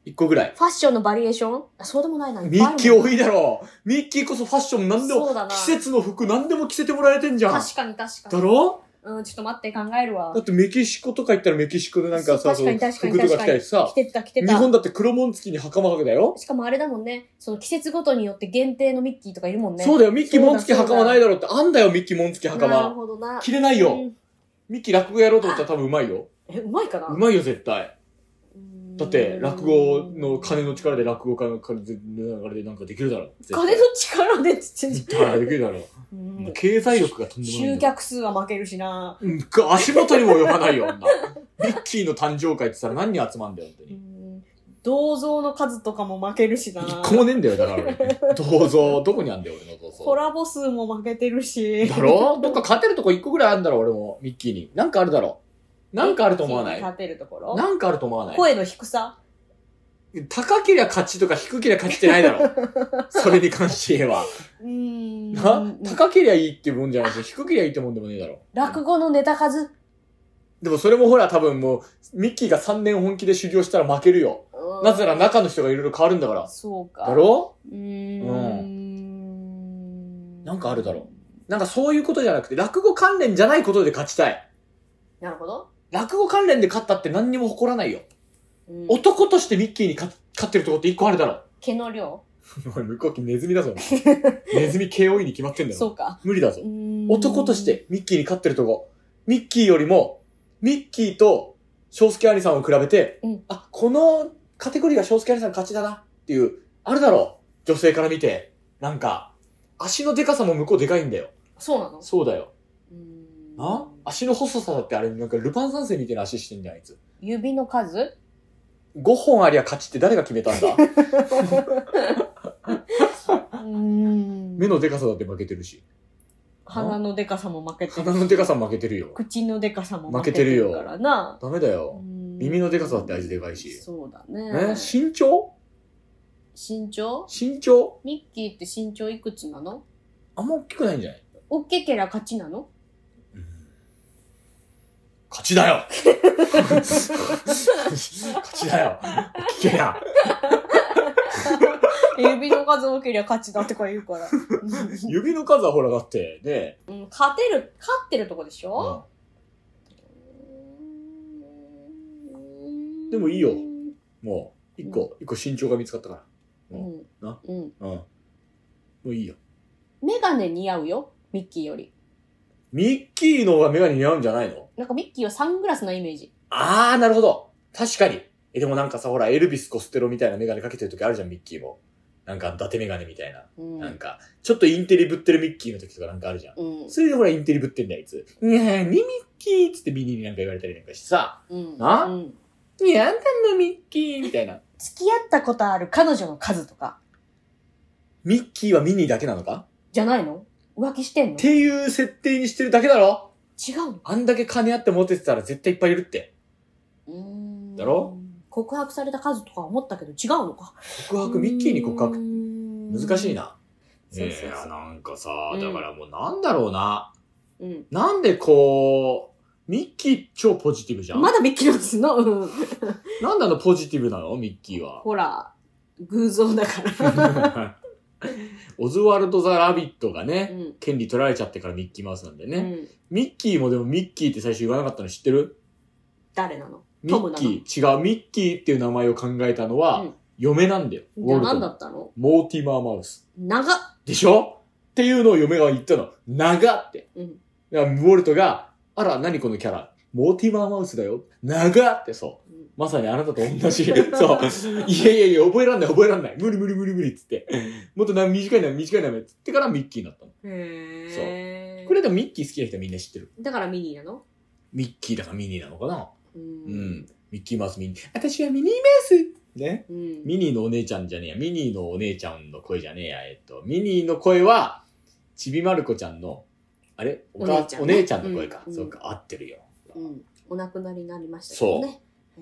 一個ぐらい。
ァッションのバリエーションあ、そうでもないな。
ミッキー
を
多いだろう。ミッキーこそファッション何でも、
そうだな
季節の服何でも着せてもらえてんじゃん。
確かに確か
だ
に。
ろ
うん、ちょっと待って、考えるわ
だ。ってメキシコとか行ったらメキシコでなんかさ、
そ
そうの
確かに確
服
かに
とか着たりさ
来、てた来て
日
た。
本だって黒紋付きに袴はけだよ。
しかもあれだもんね、その季節ごとによって限定のミッキーとかいるもんね。
そうだよ、ミッキー紋付き
そうだ
袴ないだろうって、あんだよ、ミッキー紋付き
なる
袴。
ほどな。
着れないよ。
うん
ミッキー落語やろうと思ったら多分うまいよ。
え、うまいかな
うまいよ、絶対。だって、落語の金の力
で。
で落語家の金の流れでなんかできるだろう。絶対
金の力でっつってんじ
絶対できる だろう。
ゃん
も
う。
うん経済力がとんでもない
集
んだよ。
客数は負けるしな。
うん足元にも及ばないよ、女。ミッキーの誕生会ってさ、何人集まんだよ、本当に。
銅像の数とかも負けるしな。
一個もねえんだよ、だ から俺。銅像、どこにあんだよ、俺の銅像。
コラボ数も負けてるし。
だろどっか勝てるとこ一個ぐらいあるんだろ、俺も、ミッキーに。なんかあるだろ。なんかあると思わない。
勝てるところ。
なんかあると思わない。
声の低さ
高けりゃ勝ちとか低けりゃ勝ちってない だろ。それに関しては。
うーん
な高けりゃいいってもんじゃないし、低けりゃいいってもんでもねえだろ。
落語のネタ数。
でもそれもほら多分もう、ミッキーが3年本気で修行したら負けるよ。なぜなら中の人がいろいろ変わるんだから。
そうか。
だろ
うー。
うんなんかあるだろ。なんかそういうことじゃなくて、落語関連じゃないことで勝ちたい。
なるほど。
落語関連で勝ったって何にも誇らないよ。
うん
男としてミッキーに勝勝ってるとこって一個ある だろ。
毛の量
おい、向こうきネズミだぞ。お前 ネズミ KOE に決まってんだ
そ
よ。
うか。
無理だ
う
ぞ。
ーん
男とし。てミッキーに勝ってるとこ。ミッキーよりも、ミッキーと翔介兄さんを比べて、
うん
あ、このカテゴリーが翔介兄さんの勝ちだなっていう、あるだろう。女性から見て。なんか、足のデカさも向こうでかいんだよ。
そうなの
そうだよ。
うーん
な足の細さだってあれ、なんかルパン三世みたいな足してんじゃん、あいつ。
指の数
5本ありゃ勝ちって誰が決めたんだ
うん
目のデカさだって負けてるし。
鼻のでかさも負けて
鼻
る。
のデカさも負けてるよ。
口のでかさも
負けてるよ
からな。
ダメだよ。耳
耳
のでかさだって味でかいし。
そうだ
え
ね。
身長
身長
身長
ミッキーって身長いくつなの
あんま大きくないんじゃない
おっけけら勝ちなの
勝ちだよ勝ちだよ聞けや
指の数多けりゃ勝ちだってか言う から。う
指の数はほらだって、ね、
ん勝てる、勝ってるとこでしょ、
でもいいよもう、一個、一個身長が見つかったか
うん。
な
うん。
ら。うん。もういいよ。
メガネ似合うよ、ミッキーより。
ミッキーの方がメガネ似合うんじゃないの
なんかミッキーはサングラスなイメージ。
あー、なるほど。確かに。え、でもなんかさ、ほら、エルビス・コステロみたいなメガネかけてる時あるじゃん、ミッキーも。なんか、伊達メガネみたいな。
うん。
なんか、ちょっとインテリぶってるミッキーの時とかなんかあるじゃん。
うん。
それでほら、インテリぶってんだよ、あいつ。にゃーにミッキーっつってミニになんか言われたりなんかしてさ、
うん。
な
うん
にゃーあんたのミッキーみたいな。
付き合ったことある彼女の数とか、
ミッキーはミニーだけなのか
じゃないの浮気してんの
っていう設定にしてるだけだろ
違うの
あんだけ金あってモテてたら絶対いっぱいいるって。
うん
だろ
告白された数とか思ったけど違うのか。
告白、ミッキーに告白。
白
難しい。な。
そうそうそう
いやなんかさ
うん
もうなんだろうな。
うん。
なんでこう、ミッキー超ポジティブじゃん
まだミッキーなんですの、うん、
なんであのポジティブなのミッキ ーは。
ほら、偶像だから。
オズワルド・ザ・ラビット が
う
ね、
ん。
権利取られちゃってからミッキーマウスなんでね。
うん
ミッキーもでもミッキーって最初言わなかったの知ってる
誰なの
ミ
トム
ッ
なの
キー、違う、ミッキーっていう名前を考えたのは、
うん
嫁なんだよ。
じゃあ
ウォルト
何
の
だったの
モーティマー・マウス。
長っ
でしょっていうのを嫁が言ったの。長って。
うん。
だからウォルトが、あら、何このキャラ。モーティマー・マウスだよ。長ってそう。
うん
まさにあなたと同 じ。そう。いやいやいや、覚えらんない、覚えらんない。無理無理無理無理っつって。もっとな短いな、短いな、っつってからミッキーになったの。
へー
これでもミッキー好きな人みんな知ってる。
だからミニーなの
ミッキーだからミニーなのかな
う。
うんん。ミッキーマウスミニー。私はミニーマウスね。
うん。
ミニーのお姉ちゃんじゃねえや。ミニーのお姉ちゃんの声じゃねえや。えっと、ミニーの声は、ちびまる子ちゃんの、あれお
お姉ちゃんね
お姉ちゃんの声か。
うん
そうか、合ってるよ。
うん。お亡くなりになりましたけどね。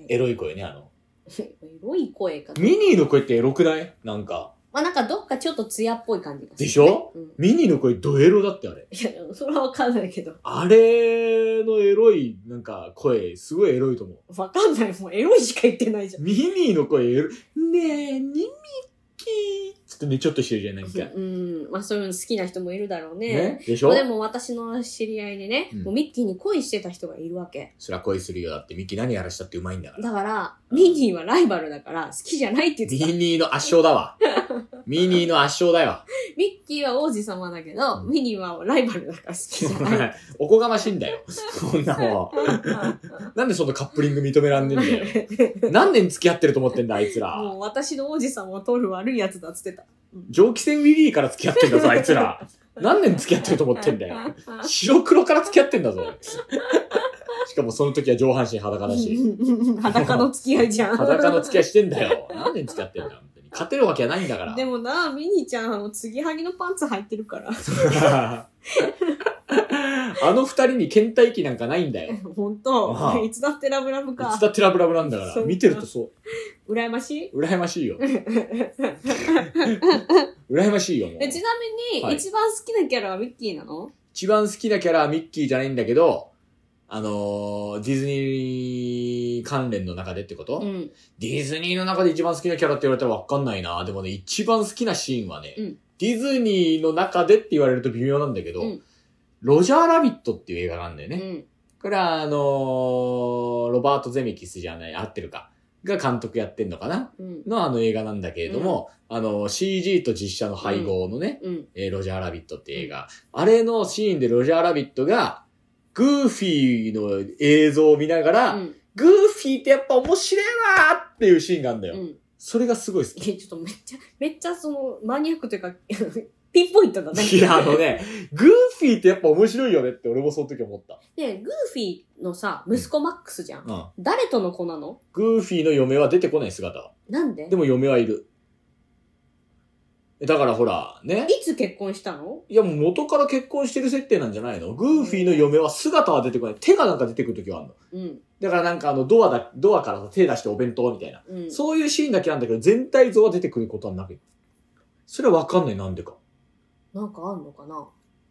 エロい声ね、あの。
エロい声か。
ミニーの声ってエロくないなんか。
まあなんかどっかちょっと艶っぽい感じがする、
でしょ
うん、
ミニの声ドエロだってあれ。
いや、それはわかんないけど。
あれのエロい、なんか声、すごいエロいと思う。
わかんない。もうエロいしか言ってないじゃん。
ミニーの声エロい、ねえ、ニミッキーつってね、ちょっとしてるじゃん、なんか。
うん。まあそういうの好きな人もいるだろうね。
ねでし
ま
ょ
あでも私の知り合いでね、
うん
もうミッキーに恋してた人がいるわけ。
そりゃ恋するよ。だってミキ何やらしたってうまいんだから。
だから、ミニーはライバルだから好きじゃないって
ミ
言ってた。
ニーの圧勝だ わ。ミニーの圧勝だよ。
ミッキーは王子様だけど、
うん
ミニーはライバルだから好きじゃ
お
ない。
前おこがましいんだよ。 そんなも ん。なんでそのカップリング認めらんねえんだよ。 何年付き合ってると思ってんだ、あいつら。
もう私の王子様を取る悪いやつだっつってた。
蒸気船ウィリーから付き合ってんだぞ、あいつら。何年付き合ってると思ってんだよ。白黒から付き合ってんだぞ。しかもその時は上半身裸だし。
裸の付き合いじゃん。
裸の付き合いしてんだよ。何年付き合ってんだ、本当に。勝てるわけはないんだから。
でもな、ミニーちゃん、あの、継ぎはぎのパンツ履いてるから。
あの二人に倦怠期なんかないんだよ。い
本当
ああ
いつだってラブラブか
つ。だってラブラブなんだか
そ
ら
う。か
見てるとそ。
羨ましいう
羨ましいよ。羨ましいよ、もう
えちなみに、
はい
一番好きなキャラはミッキーなの
一番好きなキャラはミッキーじゃないんだけど、あのーディズニー関連の中でってこと、
ん。
ディズニーの中で一番好きなキャラって言われたらわかんないな。でもね、一番好きなシーンはね、
うん
ディズニーの中でって言われると微妙なんだけど、
うん
ロジャーラビットっていう映画があるんだよ
う
ね。
ん。
これはあのーロバート・ゼメキスじゃない、合ってるか。が監督やってんのかな
うん。
のあの映画なんだけれども、あの、CG と実写の配合のね、
うん。
えーロジャーラビットって映画。あれのシーンでロジャーラビットが、グーフィーの映像を見ながら、
うん。
グーフィーってやっぱ面白いわーっていうシーンがあるんだよ。
うん。
それがすごい好き。
え、ちょっとめっちゃ、めっちゃその、マニアックというか、ピンポイントだね。
いや、あ の。ね、グーフィーってやっぱ面白いよねって俺もその時思った。
ねグーフィーのさ、息子マックスじゃん。
うん。
誰との子なの
グーフィーの嫁は出てこない姿は。
なんで
でも嫁はいる。だからほら、ね。
いつ結婚したの
いや、もう元から結婚してる設定なんじゃないのグーフィーの嫁は姿は出てこない。手がなんか出てくる時はあるの。
うん。
だからなんかあの、ドアだ、ドアからさ手出してお弁当みたいな。
うん。
そういうシーンだけなんだけど、全体像は出てくることはなく。それはわかんない、なんでか。
なんかあんのかな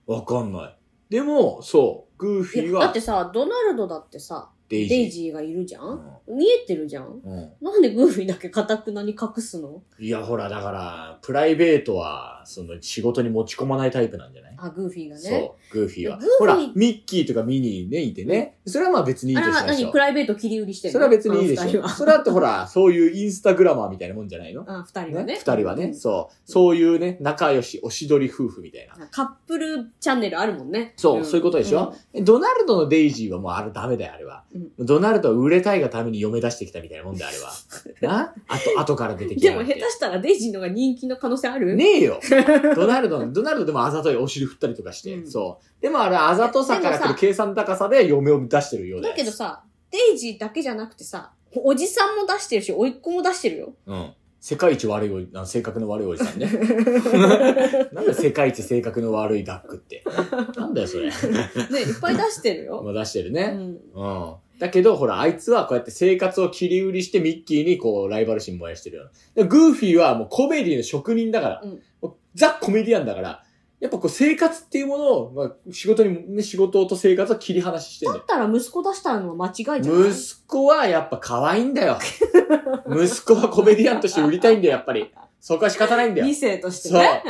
わかんない。でも、そう、グーフィ
い
ー
やだっ
は
てさ、ドナルドだってさ、
デイジー。
デイジーがいるじゃん見えてるじゃん
うん。うん
なんでグーフィーだけかたくなに隠すの
いや、ほら、だから、プライベートは、その、仕事に持ち込まないタイプなんじゃない
あ、グーフィーがね。
そう、グーフィーは
グーフィー。
ほら、ミッキーとかミニーね、いてね。それはまあ別にいい
あ
で
れは
し
何
ょ
プ。ライベート切り売りしてる
それは別にいいで
あの
し
二人
ょ。
は。
それだってほら、そういうインスタグラマーみたいなもんじゃないの
あ、二人は
ね
ね。
二人はね、そう。そういうね、仲良し、おしどり夫婦みたいな。
うん。カップルチャンネルあるもんね。
そう、
ん
そういうことでしょ、ドナルドのデイジーはもうあれダメだよ、あれは。ドナルドは売れたいがために嫁出してきたみたいなもんだよ、あ れは。なあと、後から出て
うん
き
で
た。
も下手したらデイジーのが人気の可能性ある
ねえ よ。ドナルドの、ドナルドでもあざといお尻振ったりとかして。
うん
そう。でもあれあざとさから来る計算高さで嫁を出してるようだ
だ
よ。
けどさ、デイジーだけじゃなくてさ、おじさんも出してるし、甥っ子も出してるよ。
うん。世界一悪いおじ、あ性格の悪いおじさ んね。なんで世界一性格の悪いダックって。なんだよ、それ。
ね、いっぱい出してるよ。
まあ出してる
う
ね。
ん。
うん。だけど、ほら、あいつはこうやって生活を切り売りしてミッキーにこう、ライバル心燃やしてるような。でグーフィーはもうコメディの職人だから、
うん
もうザ・コメディアンだから、やっぱこう生活っていうものを、まあ、仕事に、ね、仕事と生活を切り離ししてんだ
だ
よ
っ。たら息子出したのは間違いじゃない
息子はやっぱ可愛いんだよ。息子はコメディアンとして売りたいんだよ、やっぱり。そこは仕方ないんだよ
二。世として
そう
ね。。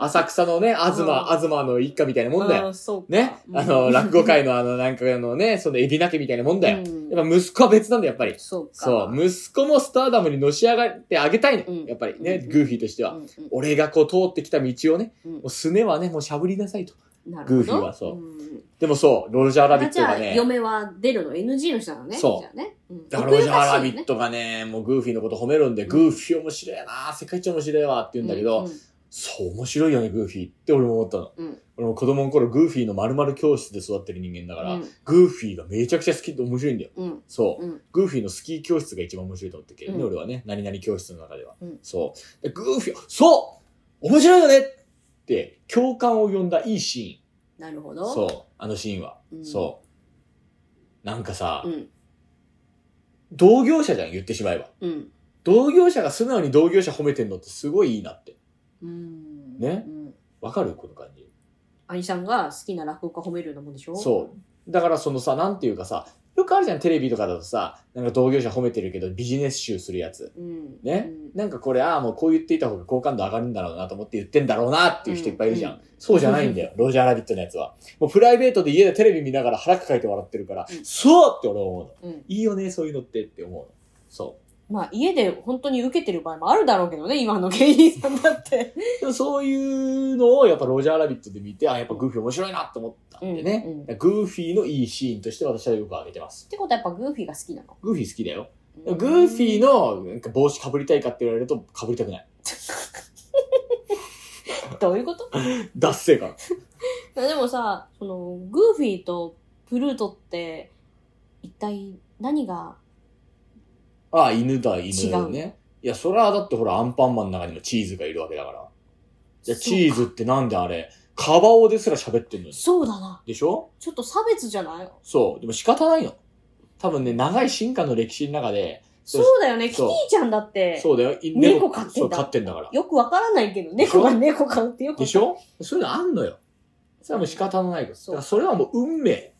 浅草のね、東、
うん
東の一家みたいなもんだよ。
あーそうか
ね、あ、の、落語界のあの、なんかあのね、そのエビナ家みたいなもんだよ。
うん
やっぱ息子は別なんだよ、やっぱり。
そうか。
そう、息子もスターダムにのし上がってあげたいの、
うん
やっぱりね、
うん
グーフィーとしては。
うんうん
俺がこう通ってきた道をね、
うん
もうすねはね、もうしゃぶりなさいと。
なる
グー
ほど
フィーはそう
うん
でもそう、ロジャーラビッ
じ
ト
ゃ
が
あ、
ね、
嫁は出るの NG の人なのね。
そう
じゃあね。うん
だからロジャーラビ
奥ゆかしい
ッ
よね
トがね、もうグーフィーのこと褒めるんで、グーフィー面白いな世界一面白いわって言うんだけど、
ううん
そう、面白いよね、グーフィーって俺も思ったの。
うん
俺も子供の頃、グーフィーの丸々教室で育ってる人間だから、グーフィーがめちゃくちゃ好きで面白いんだよ。
うん
そう、
うん
グーフィーのスキー教室が一番面白いと思ってるけどね、
うん
俺はね。何々教室の中では。
うん
そう。でグーフィー、そう面白いよねって、共感を呼んだいいシ
なるほ
ーン。
ど。
そう。あのシーンは。
うん
そう。なんかさ、
うん。
同業者じゃん、言ってしまえば。
うん。
同業者が素直に同業者褒めてんのってすごいいいなって。
うん。
ね
うん
わかるこの感じ。
兄さんが好きな落語家褒めるようなもんでしょ
そう。だからそのさ、なんていうかさ、よくあるじゃん、テレビとかだとさ、なんか同業者褒めてるけど、ビジネス集するやつ。
う。うん。う
ね
ん
なんかこれ、ああ、もうこう言っていた方が好感度上がるんだろうなと思って言ってんだろうなっていう人いっぱいいるじゃん。
う
そうじゃないんだよ、ロジャーラビットのやつは。もうプライベートで家でテレビ見ながら腹抱えて笑ってるから、
うん
そうって俺は思うの。
うん。
いいよね、そういうのってって思うの。そう。
まあ、家で本当に受けてる場合もあるだろうけどね、今の芸人さんだって。
でもそういうのをやっぱロジャーラビットで見て、あ、やっぱグーフィー面白いなと思ったんでね。
うんうん
グーフィーのいいシーンとして私はよく挙げてます
っ。てことはやっぱグーフィーが好きなの。
グーフィー好きだよ。グーフィーのなんか帽子かぶりたいかって言われるとかぶりたくない。
どういうこと
脱性感。
いやでもさ、その、グーフィーとプルートって、一体何が、
ああ、犬だ、犬
違
だ
う
ね。いや、それはだってほら、アンパンマンの中にもチーズがいるわけだから。じゃあ
そうか
チーズってなんであれ、カバオですら喋ってんのに。
そうだな。
でしょ
ちょっと差別じゃない
そう。でも仕方ないの。多分ね、長い進化の歴史の中で、
そうだよね。キテ
そう
ィちゃんだって、
そうだよ。
猫飼ってんだ
そう飼ってんだから。
よくわからないけど、猫が猫飼うってよく
でしょそういうのあんのよ。それはもう仕方のないこと。だ
そ
か
う
らそれはもう運命。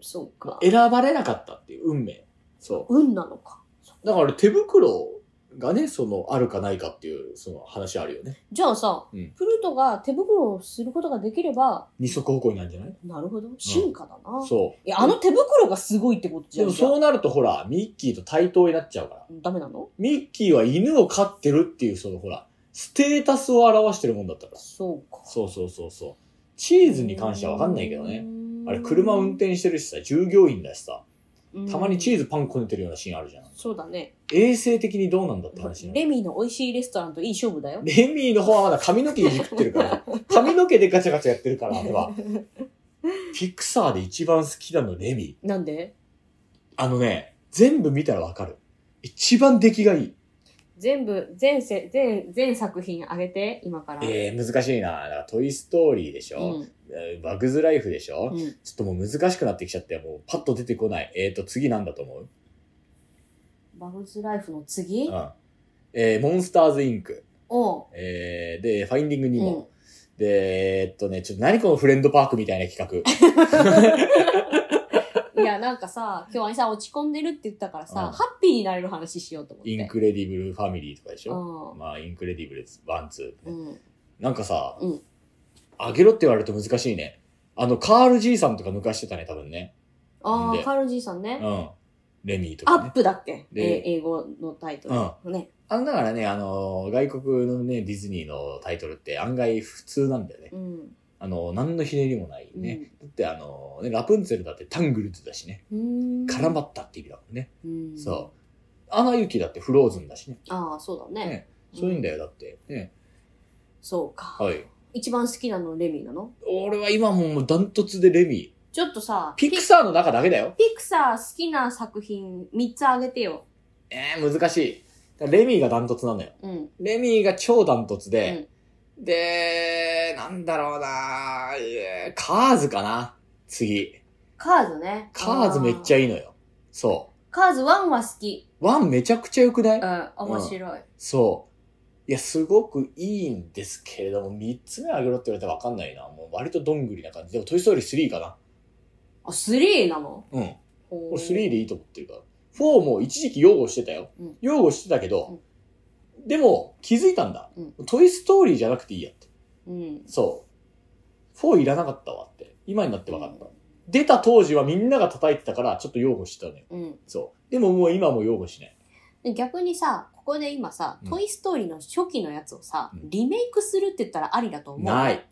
そうか。
選ばれなかったっていう運命。そ
運なのか。
う。だから手袋がね、その、あるかないかっていう、その話あるよね。
じゃあさ、
うん
プルートが手袋をすることができれば、
二足歩行になるんじゃない
なるほど。進化だな。い
そう。
や、あの手袋がすごいってことじ
で
ゃん。
も
じゃあ
そうなるとほら、ミッキーと対等になっちゃうから。
ダメなの
ミッキーは犬を飼ってるっていう、そのほら、ステータスを表してるもんだったから。
そうか。
そうそうそうそう。チーズに関してはわかんないけどね。。あれ、車運。転してるしさ、従業員だしさ、たまにチー
ズ。
ズパンこねてるようなシーンあるじゃん。
そうだね。
衛生的にどうなんだって話ね。
レミーの美味しいレストランといい勝負だよ。
レミーの方はまだ髪の毛いじくってるから。 髪の毛でガチャガチャやってるから、あれは。ピクサーで一番好きなの、レミー。
なんで
あのね、全部見たらわかる。一番出来がいい。
全部、全せ、全、全作品あげて、今から。
えー、難しいな。だからトイストーリーでし
う
ょ、
ん。
えーバグズライフでしょ、
うん。
ちょっともう難しくなってきちゃって、もうパッと出てこない。えーと、次なんだと思う
バグズライフの次
うん。えー、モンスターズインク。
おう。
えー、で、ファインディングニ
う
モ。
ん。
で、えーっとね、ちょっと何このフレンドパークみたいな 企画。
いや、なんかさ、今日兄さん落ち込んでるって言ったからさ、
うん
ハッピーになれる話しようと思って。
インクレディブルファミリーとかでし
う
ょ、
ん。
まあ、インクレディブルワン、ツー、
うん。
なんかさ、
うん
あげろって言われると難しいね。あの、カール爺さんとか抜かしてたね、多分ね。
あ
で
あ、カールじいさんね。
うん。レミーと
ア
か
ッ
ね。
プだっけ、え
で
ー英語のタイトル。ね。
あの、だからね、あの、外国のね、ディズニーのタイトルって案外普通なんだよね。
うん。
あの、何のひねりもないね。だってあの、ね、ラプンツェルだってタングルズだしね。
うん。
絡まったって意味だもんね。
うん。
そう。アナ雪だってフローズンだしね。
う。ああ、そうだね。
ねそういうんだよ、だって。ね。
そうか。
はい。
一番好きなのレミーなの
俺は今もうダントツでレミ。
ちょっとさ、
ピクサーの中だけだよ。
ピクサー好きな作品3つあげてよ。
えー、難しい。だからレミがダントツなのよ。
うん。
レミが超ダントツで、で、なんだろうなえーカーズかな次。
カーズね。
カーズめっちゃ
いい。
いいのよ。そ
カーズ1は好き。
う。ワンめちゃくちゃ良くない
うん、面白い。
そう。いや、すごくいいんですけれども、三つ目あげろって言われたらわかんないな。もう割とどんぐりな感じ。でも、トイストーリー3かな。
あ、3なの
うん。
こ
俺3でいいと思ってるから。4も一時期擁護してたよ。
うん
擁護してたけど、でも気づいたんだ、
う
トイストーリーじゃなくていいやって。
うん。
そう。4いらなかったわって。今になって分かった。出た当時はみんなが叩いてたから、ちょっと擁護してたのよ。
うん。
そう。でももう今も擁護しない。
で逆にさ、ここで今さ、
うん
トイストーリーの初期のやつをさ、
うん
リメイクするって言ったらありだと思う。
ない。。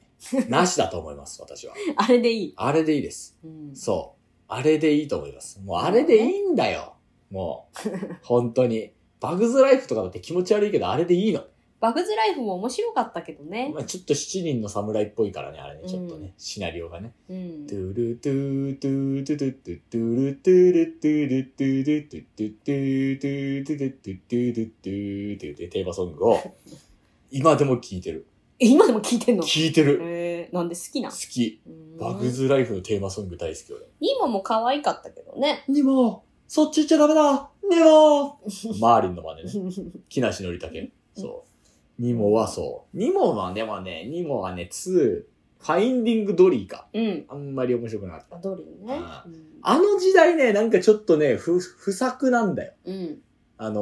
なしだと思います、私は。
あれでいい。
あれでいいです。
うん。
そう。あれでいいと思います。もうあれでいいんだよ。もう。本当に。バグズライフとかだって気持ち悪いけど、あれでいいの。
バグズライフも面白かったけどね。
まあ、ちょっと七人の侍っぽいからね、あれね、
うん
ちょっとね、シナリオがね。
うん
ト。ゥルトゥトゥトゥトゥトゥトゥルトゥルトゥルトゥルトゥトゥトゥトゥトゥトゥトゥトゥトゥトゥっていうテーマソングを、今でも聴いてる。
え今でも聞いてんの
聴いてる。
えー、なんで好きな
好き。バグズライフのテーマソング大好き俺。
ニモも可愛かったけど ね。
ニモそっち行っちゃダメだニモマーリンの真似ね。木梨憲武。そう。ニモはそう。ニモはね、まあね、ニモはね、2、ファインディングドリーか。
うん。
あんまり面白くなかった。
あドリーね。
ああの時代ね、なんかちょっとね、不、不作なんだよ。
うん。
あの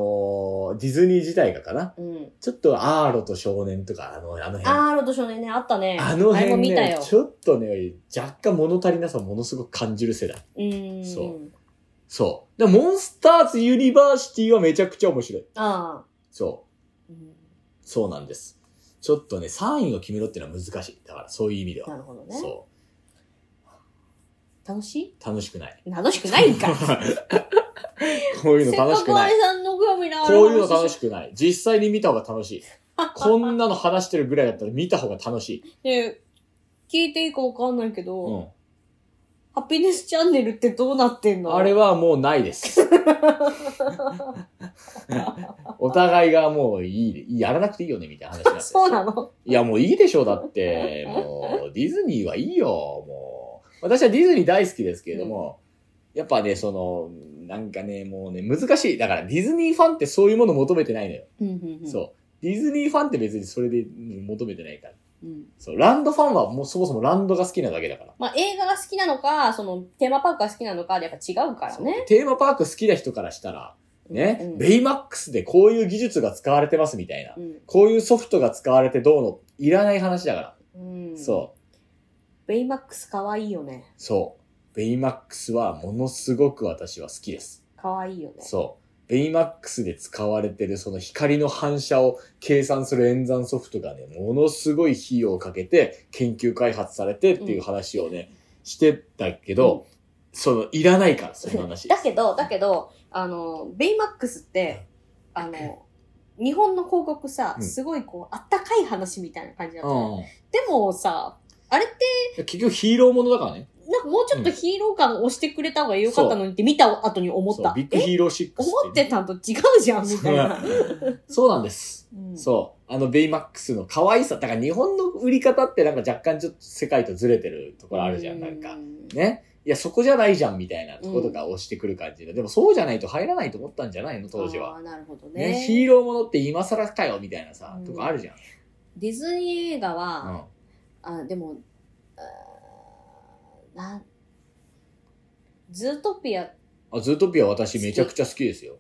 ーディズニー自体がかな。
うん。うん
ちょっとアーロと少年とか、あの、あの辺。あ
あー、ロード少年ね、あったね。
の
あれも
辺
見た
ね
よ、。
ちょっとね、若干物足りなさをものすごく感じる世代。
うん。
そう。そう。で、モンスターズユニバーシティはめちゃくちゃ面白い。
ああ。
そう。
うん
そうなんです。ちょっとね、3位を決めろっていうのは難しい。だから、そういう意味では。
なるほどね。
そ
楽し
う。楽しくない。
い楽しくないんか。
こういう
せ
の楽しくない
っかくあ。れさんのグラミな
こういうの楽し
い。
くない。実際に見た方が楽しい。こんなの話してるぐらいだったら見た方が楽しい。
で、聞いていいかわかんないけど、
うん。
ハピネスチャンネルってどうなってんの
あれはもうな いです。お互いがもういい、やらなくていいよね、みたいな話になって。
そうなの
いや、もういいでしょう、だって。もう、ディズニーはいいよ、もう。私はディズニー大好きですけれども、やっぱね、その、なんかね、もうね、難しい。だから、ディズニーファンってそういうもの求めてないのよ。そう。ディズニーファンって別にそれでうん求めてないから。
うん。
そう、ランドファンはもうそもそもランドが好きなだけだから。
まあ、映画が好きなのか、その、テーマパークが好きなのかでやっぱ違うからね。
テーマパーク好きな人からしたら、ね、
うん
ベイマックスでこういう技術が使われてますみたいな。
うん。
こういうソフトが使われてどうの、いらない話だから。
うん。。
そう
ベイマックス可愛いよね
う。。そう。ベイマックスはものすごく私は好きです。
可愛いよね。
そう。ベイマックスで使われてるその光の反射を計算する演算ソフトがね、ものすごい費用をかけて研究開発されてっていう話をね、してたけど、その、いらないから、そ の話。
だけど、だけど、あの、ベイマックスって、あの、日本の広告さ、
うん
すごいこう、あったかい話みたいな感じだった
う
の、
ん。
でもさ、あれって、
結局ヒーローものだからね。
なんかもうちょっとヒーロー感を押してくれた方がよかったのにって見た後に思っ
そう
た。
ビッグ
え
ヒーロー6ってね、
思ってたんと違うじゃん、みたいな。
そうなんです。
うん
そう。あの、ベイマックスの可愛さ。だから日本の売り方ってなんか若干ちょっと世界とずれてるところあるじゃん、なんか。ね。いや、そこじゃないじゃん、みたいなとことか押してくる感じで。でもそうじゃないと入らないと思ったんじゃないの、当時
あ
は。
ーなるほどね
ねヒーローものって今更かよ、みたいなさ
う、ん
とかあるじゃん。
ディズニー映画
う
は、
ん。
あでもあーなんズートピア
あ、ズートピア私めちゃくちゃ好きですよ。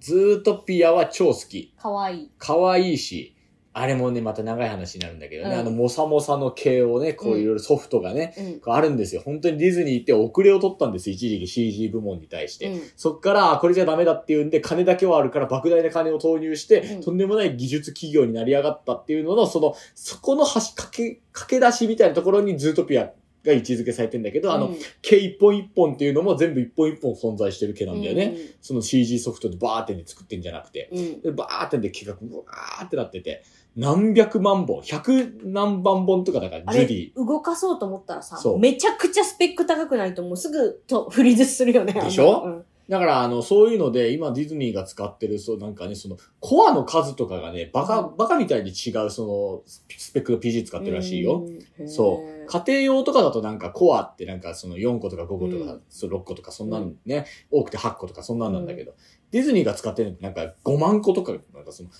ズートピアは超好き。
かわいい、
可愛いし、あれもね、また長い話になるんだけどね、
うん
あの、もさもさの系をね、こういろいろソフトがね、
うん
あるんですよ。本当にディズニーって遅れを取ったんです、一時期 CG 部門に対して。
うん
そっから、あこれじゃダメだっていうんで、金だけはあるから、莫大な金を投入して、
うん
とんでもない技術企業になり上がったっていうのの、その、そこの端、駆け、駆け出しみたいなところにズートピアが位置づけされてんだけど、あ
う
の、
ん
毛一本一本っていうのも全部一本一本存在してる毛なんだよね。その CG ソフトでバーってね作ってんじゃなくて。
うんうん
で、バーってんで、企画、ブワーってなってて、何百万本、百何万本とかだか
あ
ら、ジュデ
れ動かそうと思ったらさ
そう
めちゃくちゃスペック高くないともうすぐとフリーズするよね
でしょ
あの
ィ。だから、あの、そういうので、今ディズニーが使ってる、そう、なんかね、その、コアの数とかがね、バカ、バカみたいに違う、その、スペックの PG 使
う
っ
ん
てるらしいよ。
うん
そう。
へー
家庭用とかだとなんかコアってなんかその4個とか5個とか、
うん
そう6個とかそんなんね、多くて8個とかそんなんなんだけど、ディズニーが使ってるのってなんか5万個とか、なんかその、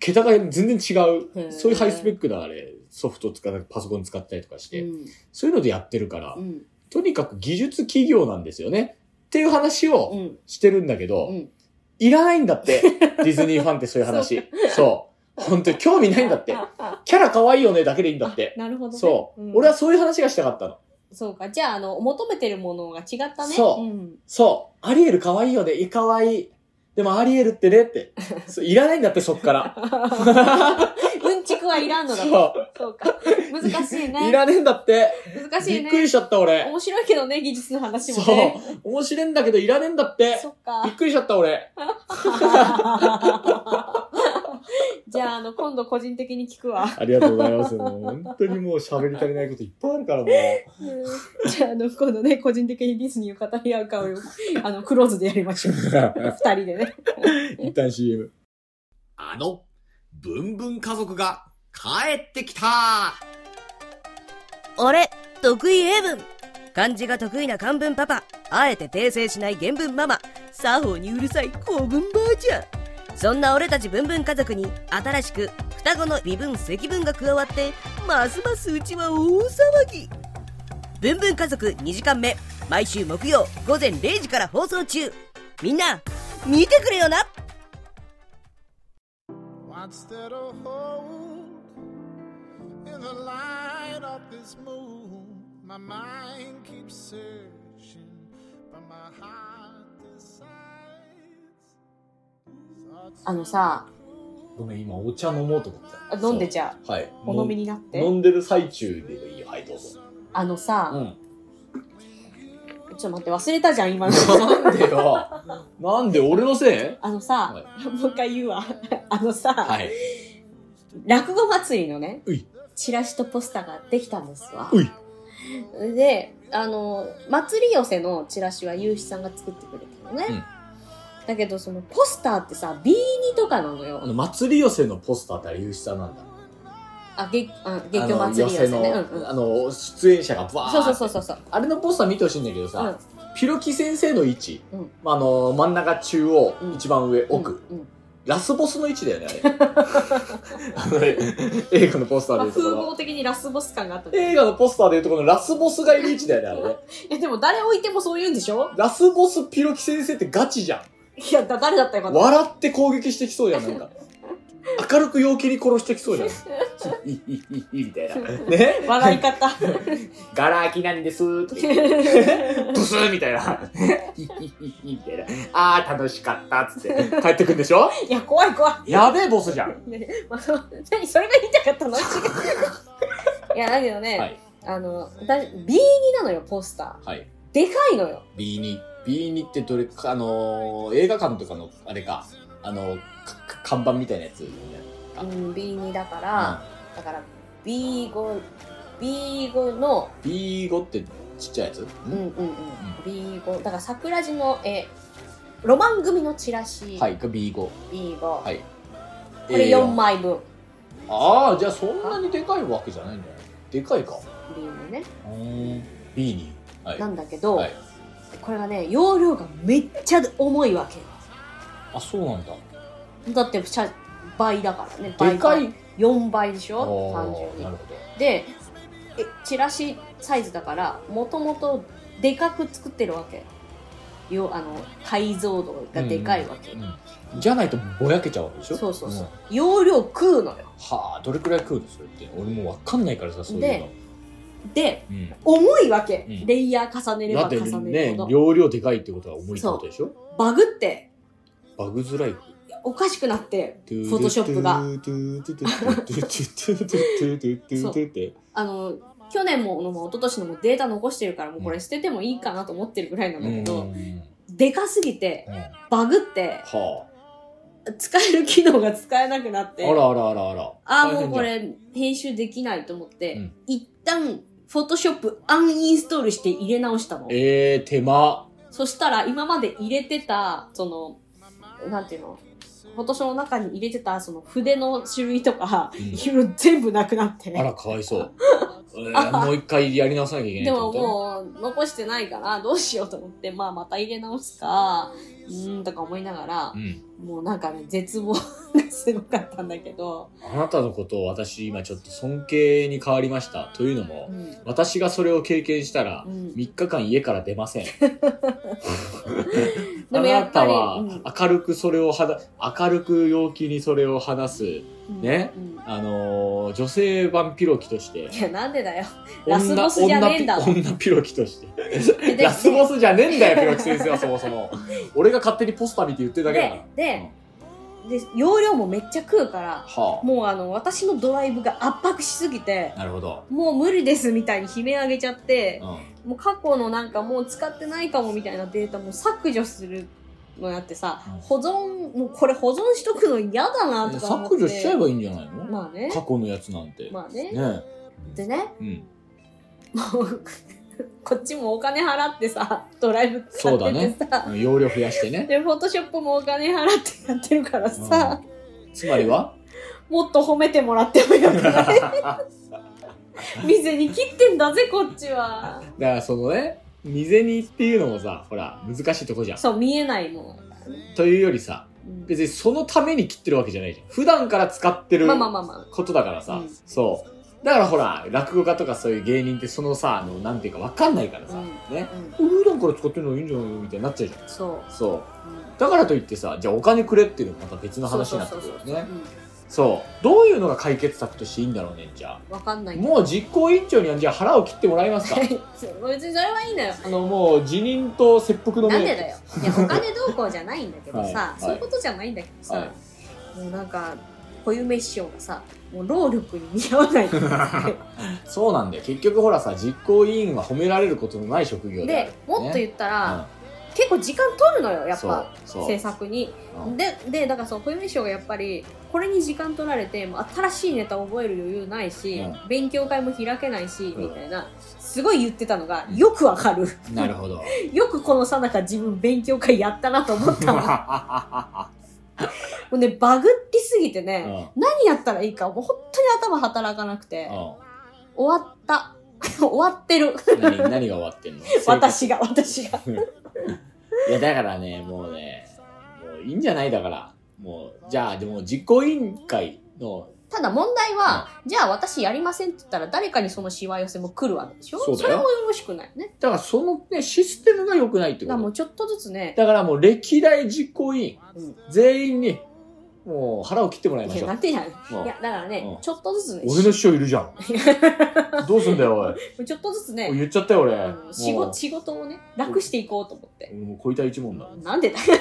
桁が全然違
へ
う、
ー
そういうハイスペックなあれ、ソフト使ったりパソコン使ったりとかして、
うん
そういうのでやってるから、
うん
とにかく技術企業なんですよね。っていう話
う
を
ん
してるんだけど、
うん
いらないんだって。ディズニーファンってそうい う話。そう。本当に興味ないんだって。キャラ可愛いよねだけでいいんだって。
なるほどね
そう、
ん
俺はそういう話がしたかったの。
そうかじゃああの求めてるものが違ったね
そう
うん
そう。アリエル可愛いよね。いや可愛い。でもアリエルって ねって。そういらないんだって、そっから。
うんちくはいらんのだと
そ。
そうか。難しいう
い
ね。
らねえんだって。
難しい
びっくり
ね。
しちゃった、俺。
面白いけどね、技術の話も
そ
ね。
う。面白いんだけど、いらねえんだって。
そっ
びっ
か。
くりしちゃった、俺。
じゃあ、あの、今度個人的に聞くわ。
ありがとうございます。もう本当にもう喋り足りないこといっぱいあるから、も う。
じゃあ、あの、今度ね、個人的にディズニーを語り合う会を、 あの、クローズでやりましょう。二人でね。
一旦 CM。
あの、ブンブン家族が帰ってきた
俺、得意英文漢字が得意な漢文パパあえて訂正しない原文ママ作法にうるさい古文ばあちゃんそんな俺たち文文家族に新しく双子の微分積分が加わってますますうちは大騒ぎブンブン家族2時間目毎週木曜午前0時から放送中みんな見てくれよな
What's there to hold in the light of this moon? My mind keeps searching, but my heart decides.
あのさ、
ごめん、今お茶飲もうと思って
あ
た。
飲んでちゃう。
そう。はい。
お飲みになって
飲んでる最中でもいいよ。はい、どうぞ。
あのさ、
ん。
ちょっと待って、忘れたじゃん、今の。
なんでよ。なんで俺のせい
あのさ、
は
もう一回言うわ。あのさ、
はい。
落語祭りのね
うい、
チラシとポスターができたんですわ。
うい
で、あの、祭り寄せのチラシはゆうしさんが作ってくれたのね。
うん
だけど、そのポスターってさ、B2 とかなのよ
あ。の、祭り寄せのポスターってあれ、優秀さんなんだ。
あ、げあ劇場祭り寄せね。
あの
うんうん
あの、出演者がバー
そうそう
う。
そうそうそう。
あれのポスター見てほしいんだけど
う
さ
ん、
ピロキ先生の位置
うん、
まああの、真ん中中央
う、ん
一番上奥、
うんうん
ラスボスの位置だよね、あれ。あのね映画のポスター
ま
で
あ、
いうと
風
ころ
貌。的にラスボス感があったね。
映画のポスターでいうところのラスボスがいる位置だよね、あれね。
え、でも誰置いてもそう言うんでしょ
ラスボスピロキ先生ってガチじゃん。
いや、だ誰だったよ、今
笑って攻撃してきそうじゃん、なんか。明るく陽気に殺してきそうじゃん。いい、いい、いい、みたいな。ね
笑い 方。
ガラ空きなんですとか言ってブスみたいな。いい、いい、いい、みたいな。あー、楽しかった、つって。帰ってくんでしょ
いや、怖い怖い。
やべえボスじゃん。
ねまあ、その何それが言いたかった の違ういや、だけどね、
はい
あの、私、B2 なのよ、ポスター。
はい。
でかいのよ。
B2。B2 ってどれか、あのー、映画館とかの、あれか、あのー、かか看板みたいなやつ、ね。
うん、B2 だから、だから B5、B5 の、
B5 ってちっちゃいやつ
うんうんうん、B5、だから桜地の絵、ロマン組のチラシ、
はい、が B5。
B5、こ
い
れ4枚分、
ああ、じゃあそんなにでかいわけじゃないんだよ。でかいか。
B2 ね、
B に。はい
な。んだけど、
はい
これがね、容量がめっちゃ重いわけよ。
あ、そうなんだ。
だってしゃ倍だからね
でかい。
4倍でし
あ
ょ単純
ーな
に
るほど。
でえチラシサイズだからもともとでかく作ってるわけよあの解像度がでかいわけ、
うんじゃないとぼやけちゃうわけでしょ
そうそうそう、
ん
容量食うのよ
はあ、どれくらい食うのそれって。俺もうわかんないからさ、そういうの
で。で
うん
重いわけ、
うん
レイヤー重ねれ
だ
ば
って
重ね
ね
るほ、ど、
容量でかいってことは重いってことでしょ
バグって
バグづらい。
おかしくなってフォトショップが。
って。
あの去年ものも一昨年のもデータ残してるからもうこれ捨ててもいいかなと思ってるぐらいなんだけど、
うん
でかすぎて
うん
バグって
は
使える機能が使えなくなっ
あ。
て、
あらあらあらあら。
あー
大変じゃ
も
ん
うこれ編集できないと思って、
うん
一旦、フォトショップアンインストールして入れ直したの。
えー、手間。
そしたら今まで入れてた、その、なんていうのフォトショーの中に入れてた、その筆の種類とか、
うん
いろいろ全部なくなって。
あら、かわいそう。えーもう一回やり直さなきゃいけない
でも
う。
もう残してないからどうしようと思って、まあまた入れ直すか、うーんとか思いながら
う、ん。
もうなんかね、絶望が すごかったんだけど、
あなたのことを私今ちょっと尊敬に変わりました。というのも、
うん
私がそれを経験したら
う、ん
3日間家から出ません。
で
あ
もや
な
っぱ
た
り
は
うん
明るくそれを話、明るく陽気にそれを話す、ね
うん
あのー女性版ピロキとして、
いや、なんでだよ。ラス
女、
ボスじゃねえんだ
女ピ女ピロキとして。
でで
ラスボスじゃねえんだよ、ピロキ先生はそもそも。俺が勝手にポスター見て言ってるだけだから
で。、で、で、容量もめっちゃ食うから、
は
もうあの、私のドライブが圧迫しすぎて
あ。、なるほど。
もう無理ですみたいに悲鳴上げちゃって
う、ん。
もう過去のなんかもう使ってないかもみたいなデータも削除するのやってさ
うん、
保存、もうこれ保存しとくの嫌だなとか思って。
削除しちゃえばいいんじゃないの、
まあね。
過去のやつなんて。
まあね。
ね
でね、
え。うん。
もう こっちもお金払ってさ、ドライブ使
そう
っ
だ
て
ね
てさ、。
容量増やしてね。
で、フォトショップもお金払ってやってるからさ、
うんつまりは
もっと褒めてもらってもよくない水に切ってんだぜこっちは
だからそのね、未然にっていうのもさ、ほら、難しいとこじゃん。
そう、見えないも
というよりさ、
ん。
別にそのために切ってるわけじゃないじゃん。普段から使って
うん
る
まあまあまあま
ことだからさ、
うん
そう。だからほら、落語家とかそういう芸人ってそのさ、あの、なんていうかわかんないからさ、ね
あ。。うん。
これ普段から使ってるのいいんじゃないのみたいになっちゃうじゃ
そ
ん。そう。
う。うん
だからといってさ、じゃあお金くれっていうのもまた別の話になってくるよ
そうそう
ね
そう。
そう。どういうのが解決策としていいんだろうね、じゃ
うん。わかんな
あ。
い。
もう実行委員長にはじゃあ腹を切ってもら えますか
そう別にそれはいいのよ。
あの、もう辞任と切腹の命
なんでだよ。いや、お金どうこうじゃないんだけど
はいは
さ
い、
そういうことじゃないんだけど
は
さ、もうなんか、小夢師匠がさ、もう労力に似合わ ないって言って
そうなんだよ。結局ほらさ、実行委員は褒められることのない職業である、
で、もっと言ったら、
ね
結構時間取るのよ、
うん
やっぱ、
そうそう
制作に。
うん
で、で、だからそう、小夢師匠がやっぱり、これに時間取られて、もう新しいネタ覚える余裕ないし、
うん
勉強会も開けないし、
うん
みたいな、すごい言ってたのが、よくわかる。
なるほど。
よくこのさなか自分勉強会やったなと思ったの。もうね、バグりすぎてね、何やったらいいか、もう本当に頭働かなくて、終わった。 終わってる。
うん何何が終わってんの
私が、私が。
いや、だからね、もうね、もういいんじゃないだから。もう、じゃあ、でも実行委員会の、
ただ問題は、じゃあ私やりませんって言ったら誰かにそのしわ寄せも来るわけでしょ
そうだよ
れもよろしくないよね。
だからそのね、システムが良くないって
だ
こ
からもう
と。
ちょっとずつね、
だからもう歴代実行委員、
うん
全員に、もう腹を切ってもらいま
い
し
や、
ょう
なん。てやん。い
もう
や、だからね
う、ん
ちょっとずつね、
俺の師匠いるじ ゃん。どうすんだよ、おい。
ちょっとずつ
おい
ね、
言っちゃったよ、俺。
あ
も
の
う
仕事、仕事をね、楽していこうと思って。
俺もう小板一門だ。
なん でだちょ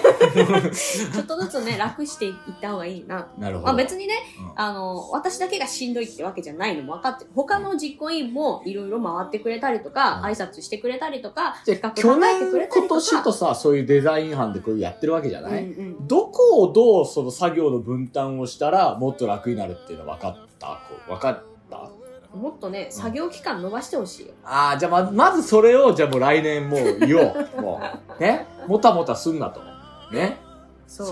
っとずつね、楽していった方がいいな。
なるほ
ま
ど。
あ別にね、
うん
あの、私だけがしんどいってわけじゃないのも分かってる。他の実行委員もいろいろ回ってくれたりとか、
うん
挨拶してくれたりとか、
じゃあ去
考えてくれたり
年、
と
今
か
年とさ、そういうデザイン班でこういうやってるわけじゃない、
うんうん
どこをどうその作業の分担をしたらもっと楽になるっていうのは分かったこう分かった
もっとね、作業期間伸ばしてほしいよ。
ああ、じゃあま、まずそれを、じゃあもう来年もう言お う。もう。ねもたもたすんなと。ねそう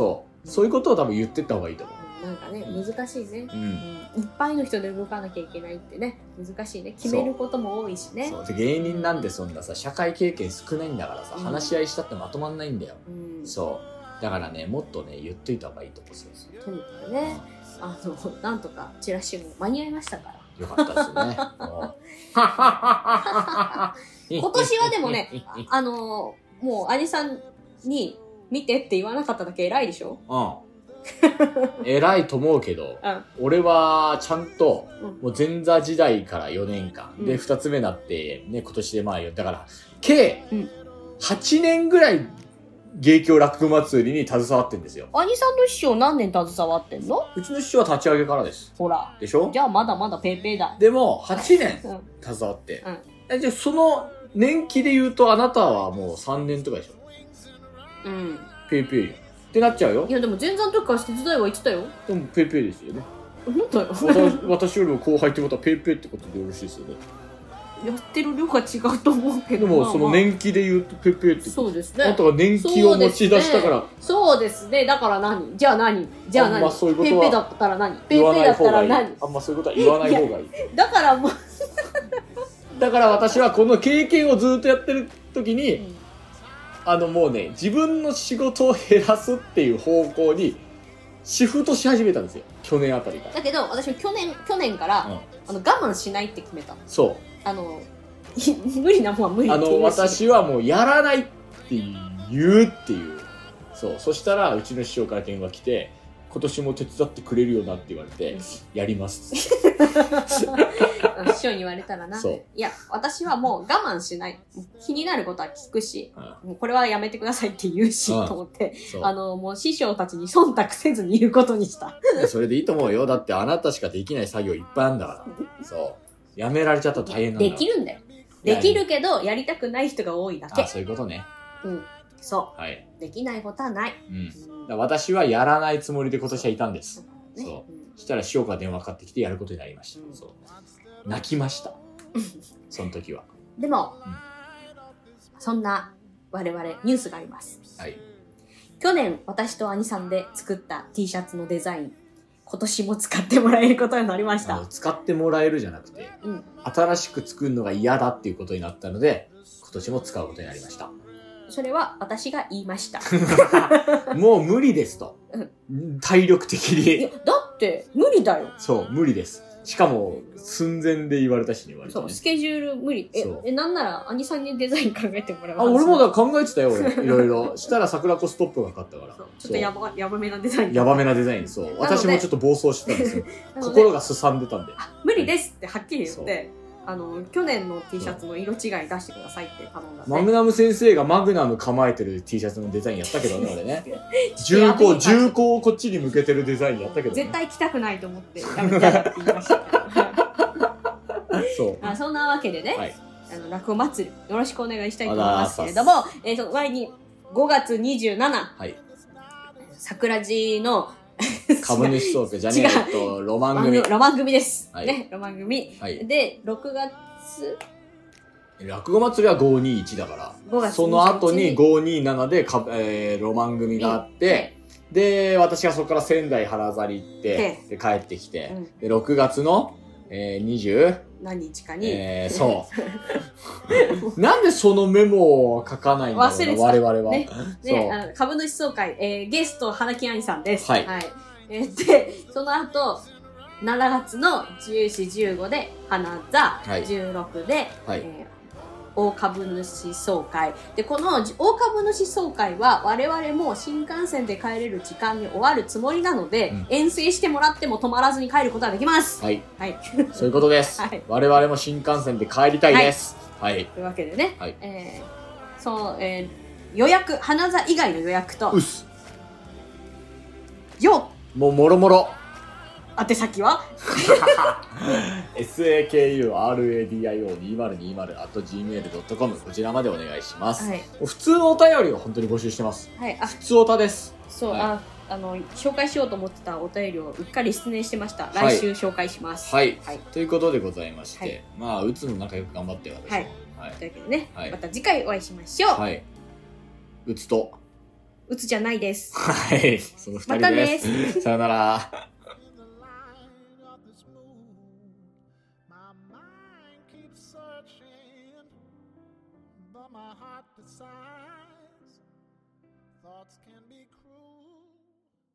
そう。いうことを多分言ってった方がいいと思
うんなんかね、難しいね。
う。うん。
うんいっぱいの人で動かなきゃいけないってね、難しいね。決めることも多いしね
そ。うで芸人なんてそんなさ社会経験少ないんだからさ、
うん
話し合いしたってまとまんないんだよ、
うん。
そうだからねもっとね言っといた方がいいと思うそうそう
とにかくね、あの、なんとかチラシも間に合いましたから。
よかったですねもう
今年はでも ね、ああのーもう、兄さんに、見てって言わなかっただけ偉いでしょ
うん。偉いと思うけど、
うん
俺はちゃんと
うん、
もう前座時代から4年間、
う
で、
ん
2つ目になって、ね、今年でまあ、だから、計
うん、
8年ぐらい、芸協落語祭りに携わってんですよ。
兄さんの師匠何年携わってんの
うちの師匠は立ち上げからです。
ほら。
でしょ
じゃあまだまだペーペーだ。
でも、8年
うん
携わって
うん。
えじゃあ、その年期で言うと、あなたはもう3年とかでしょ
うん。
ペイペイよってなっちゃうよ
い。やでも前座の時から手伝いは言ってたよ。
でも、ペイペイですよね。
本当よ。
私私よりも後輩ってことはペイペイってことでよろしいですよね。
やってる量が違うと思うけ
で
ど。
も、
まあ
その
まあ
年季で言うとペッペーってこと
そうですね。
あんたが年季を持ち出したか
そ
ら
うですね。そうですね。だから何じゃあ何じゃあ
あん
何
まそういうこ
ペ
と
ー
は
ペーだったら何ペ
言
ー
わ
ペー
な
だ
い
った
方
ら
がいい
何
あんまそういうことは言わない方がいい
だからもう、
だから私はこの経験をずっとやってる時に、
ん
あのもうね自分の仕事を減らすっていう方向にシフトし始めたんですよ去年あたりから
だけど私は去年、去年から、
うん
あの我慢しないって決めたの。
そ
あの、 い無理なもんは無理
う
っ
あ
て言う
の
し
私はもうやらないって言うっていうそうそしたらうちの師匠から電話来て今年も手伝ってくれるよなって言われて、
うん
やりますっつって
うん師匠に言われたらな。
そう
いや、私はもう我慢しない。気になることは聞くし、
う
もうこれはやめてくださいって言うし、
うん
と思って、
そう
あの、もう師匠たちに忖度せずに言うことにした。
いやそれでいいと思うよ。だってあなたしかできない作業いっぱいあるんだから。そう。やめられちゃったら大変なんだ
できるんだよ。できるけど、やりたくない人が多いだ
あ、
け。
そういうことね。
そ
はい。
う。できないことはない。
うん。だか
うん
ら私はやらないつもりで今年はいたんです。
ね
そ
うん
そしたら塩から電話かかってきてやることになりました。そう。泣き ました。その時は。
でも
うん、
そんな我々ニュースがあります。
はい。
去年、私と兄さんで作った T シャツのデザイン、今年も使ってもらえることになりまし
あ
た
の。使ってもらえるじゃなくて、
うん
新しく作るのが嫌だっていうことになったので、今今年も使うことになりま した。
それは私が言いま した。
もう無理ですと
う。
体力的
いや
に。、
だって無理だよ。
そう、無理です。しかも、寸前で言われたしね、割
そ
と
う、
ね
ス。ケジュール無理。え
そう、
えなんなら、兄さんにデザイン考えてもらう
あ、
はず
俺もだから考えてたよ、 俺。いろいろ。したら桜子ストップがかかったから。
そうちょっとやば、やばめなデザイ
そう
ン。
やばめなデザイン、そう。
ので
私もちょっと暴走してたんですよ。
なので
心がすさんでたんで。
あ無理ですってはっきり言って、あの、去年の T シャツの色違い出してくださいって頼んだんで
マグナム先生がマグナム構えてる T シャツのデザインやったけどね、俺ね。
と
銃
やべえ
口、
感じ
銃口をこっちに向けてるデザインやったけどね。
絶対着たくないと思って、やめてやるって言いました。
そう。
あそんなわけでね、
はい
あの落語祭りよろしくお願いしたいと思いますけれども、えー、その前に5月27、
はい
桜地の
株主総会、ジャネット、ロマ ン
番組
組。
ロマン組です、
はい
ねロマン組
はい。
で6月
落語祭りは521だから。
5月
その後に
5
527でか、えーロマン組があって、で、私がそこから仙台原座り行って、で帰ってきて、
うん
で、6月の、えー、20、
何日かに、
えー、そう。 なんでそのメモを書かないんだろ
忘れ
う
て
な、
た
我々は。
ね
そう。
ね、あの株主総会、えーゲスト花木兄さんです
はい
えーでその後7月の1415で花座、
い
16で、
はい
えー大株主総会でこのじ大株主総会は我々も新幹線で帰れる時間に終わるつもりなので、
うん
遠征してもらっても止まらずに帰ることはできます
はい。
はい
そういうことです。
はい
我々も新幹線で帰りたいです。はい。
というわけでね、
はい
えーそう、えー予約花座以外の予約と
うっす。
よ
もう、もろもろ。
宛先は
sakuradio2020.gmail.com こちらまでお願いします。
はい、
普通のお便りを本当に募集してます。
はい、あ
普通おたです。
そう、
はい
ああの紹介しようと思ってたお便りをうっかり失念してました、
はい
来週紹介します
はい。
はい
ということでございまして、
はい
まあ、うつの仲良く頑張ってよ私も。
はい
はい。
というわけでね、
はい
また次回お会いしましょう、
はい。うつと。
うつじゃないです
はい。その二人
また
で。
です
さよなら。
In the light of this moon, my mind keeps searching, but my heart decides thoughts can be cruel.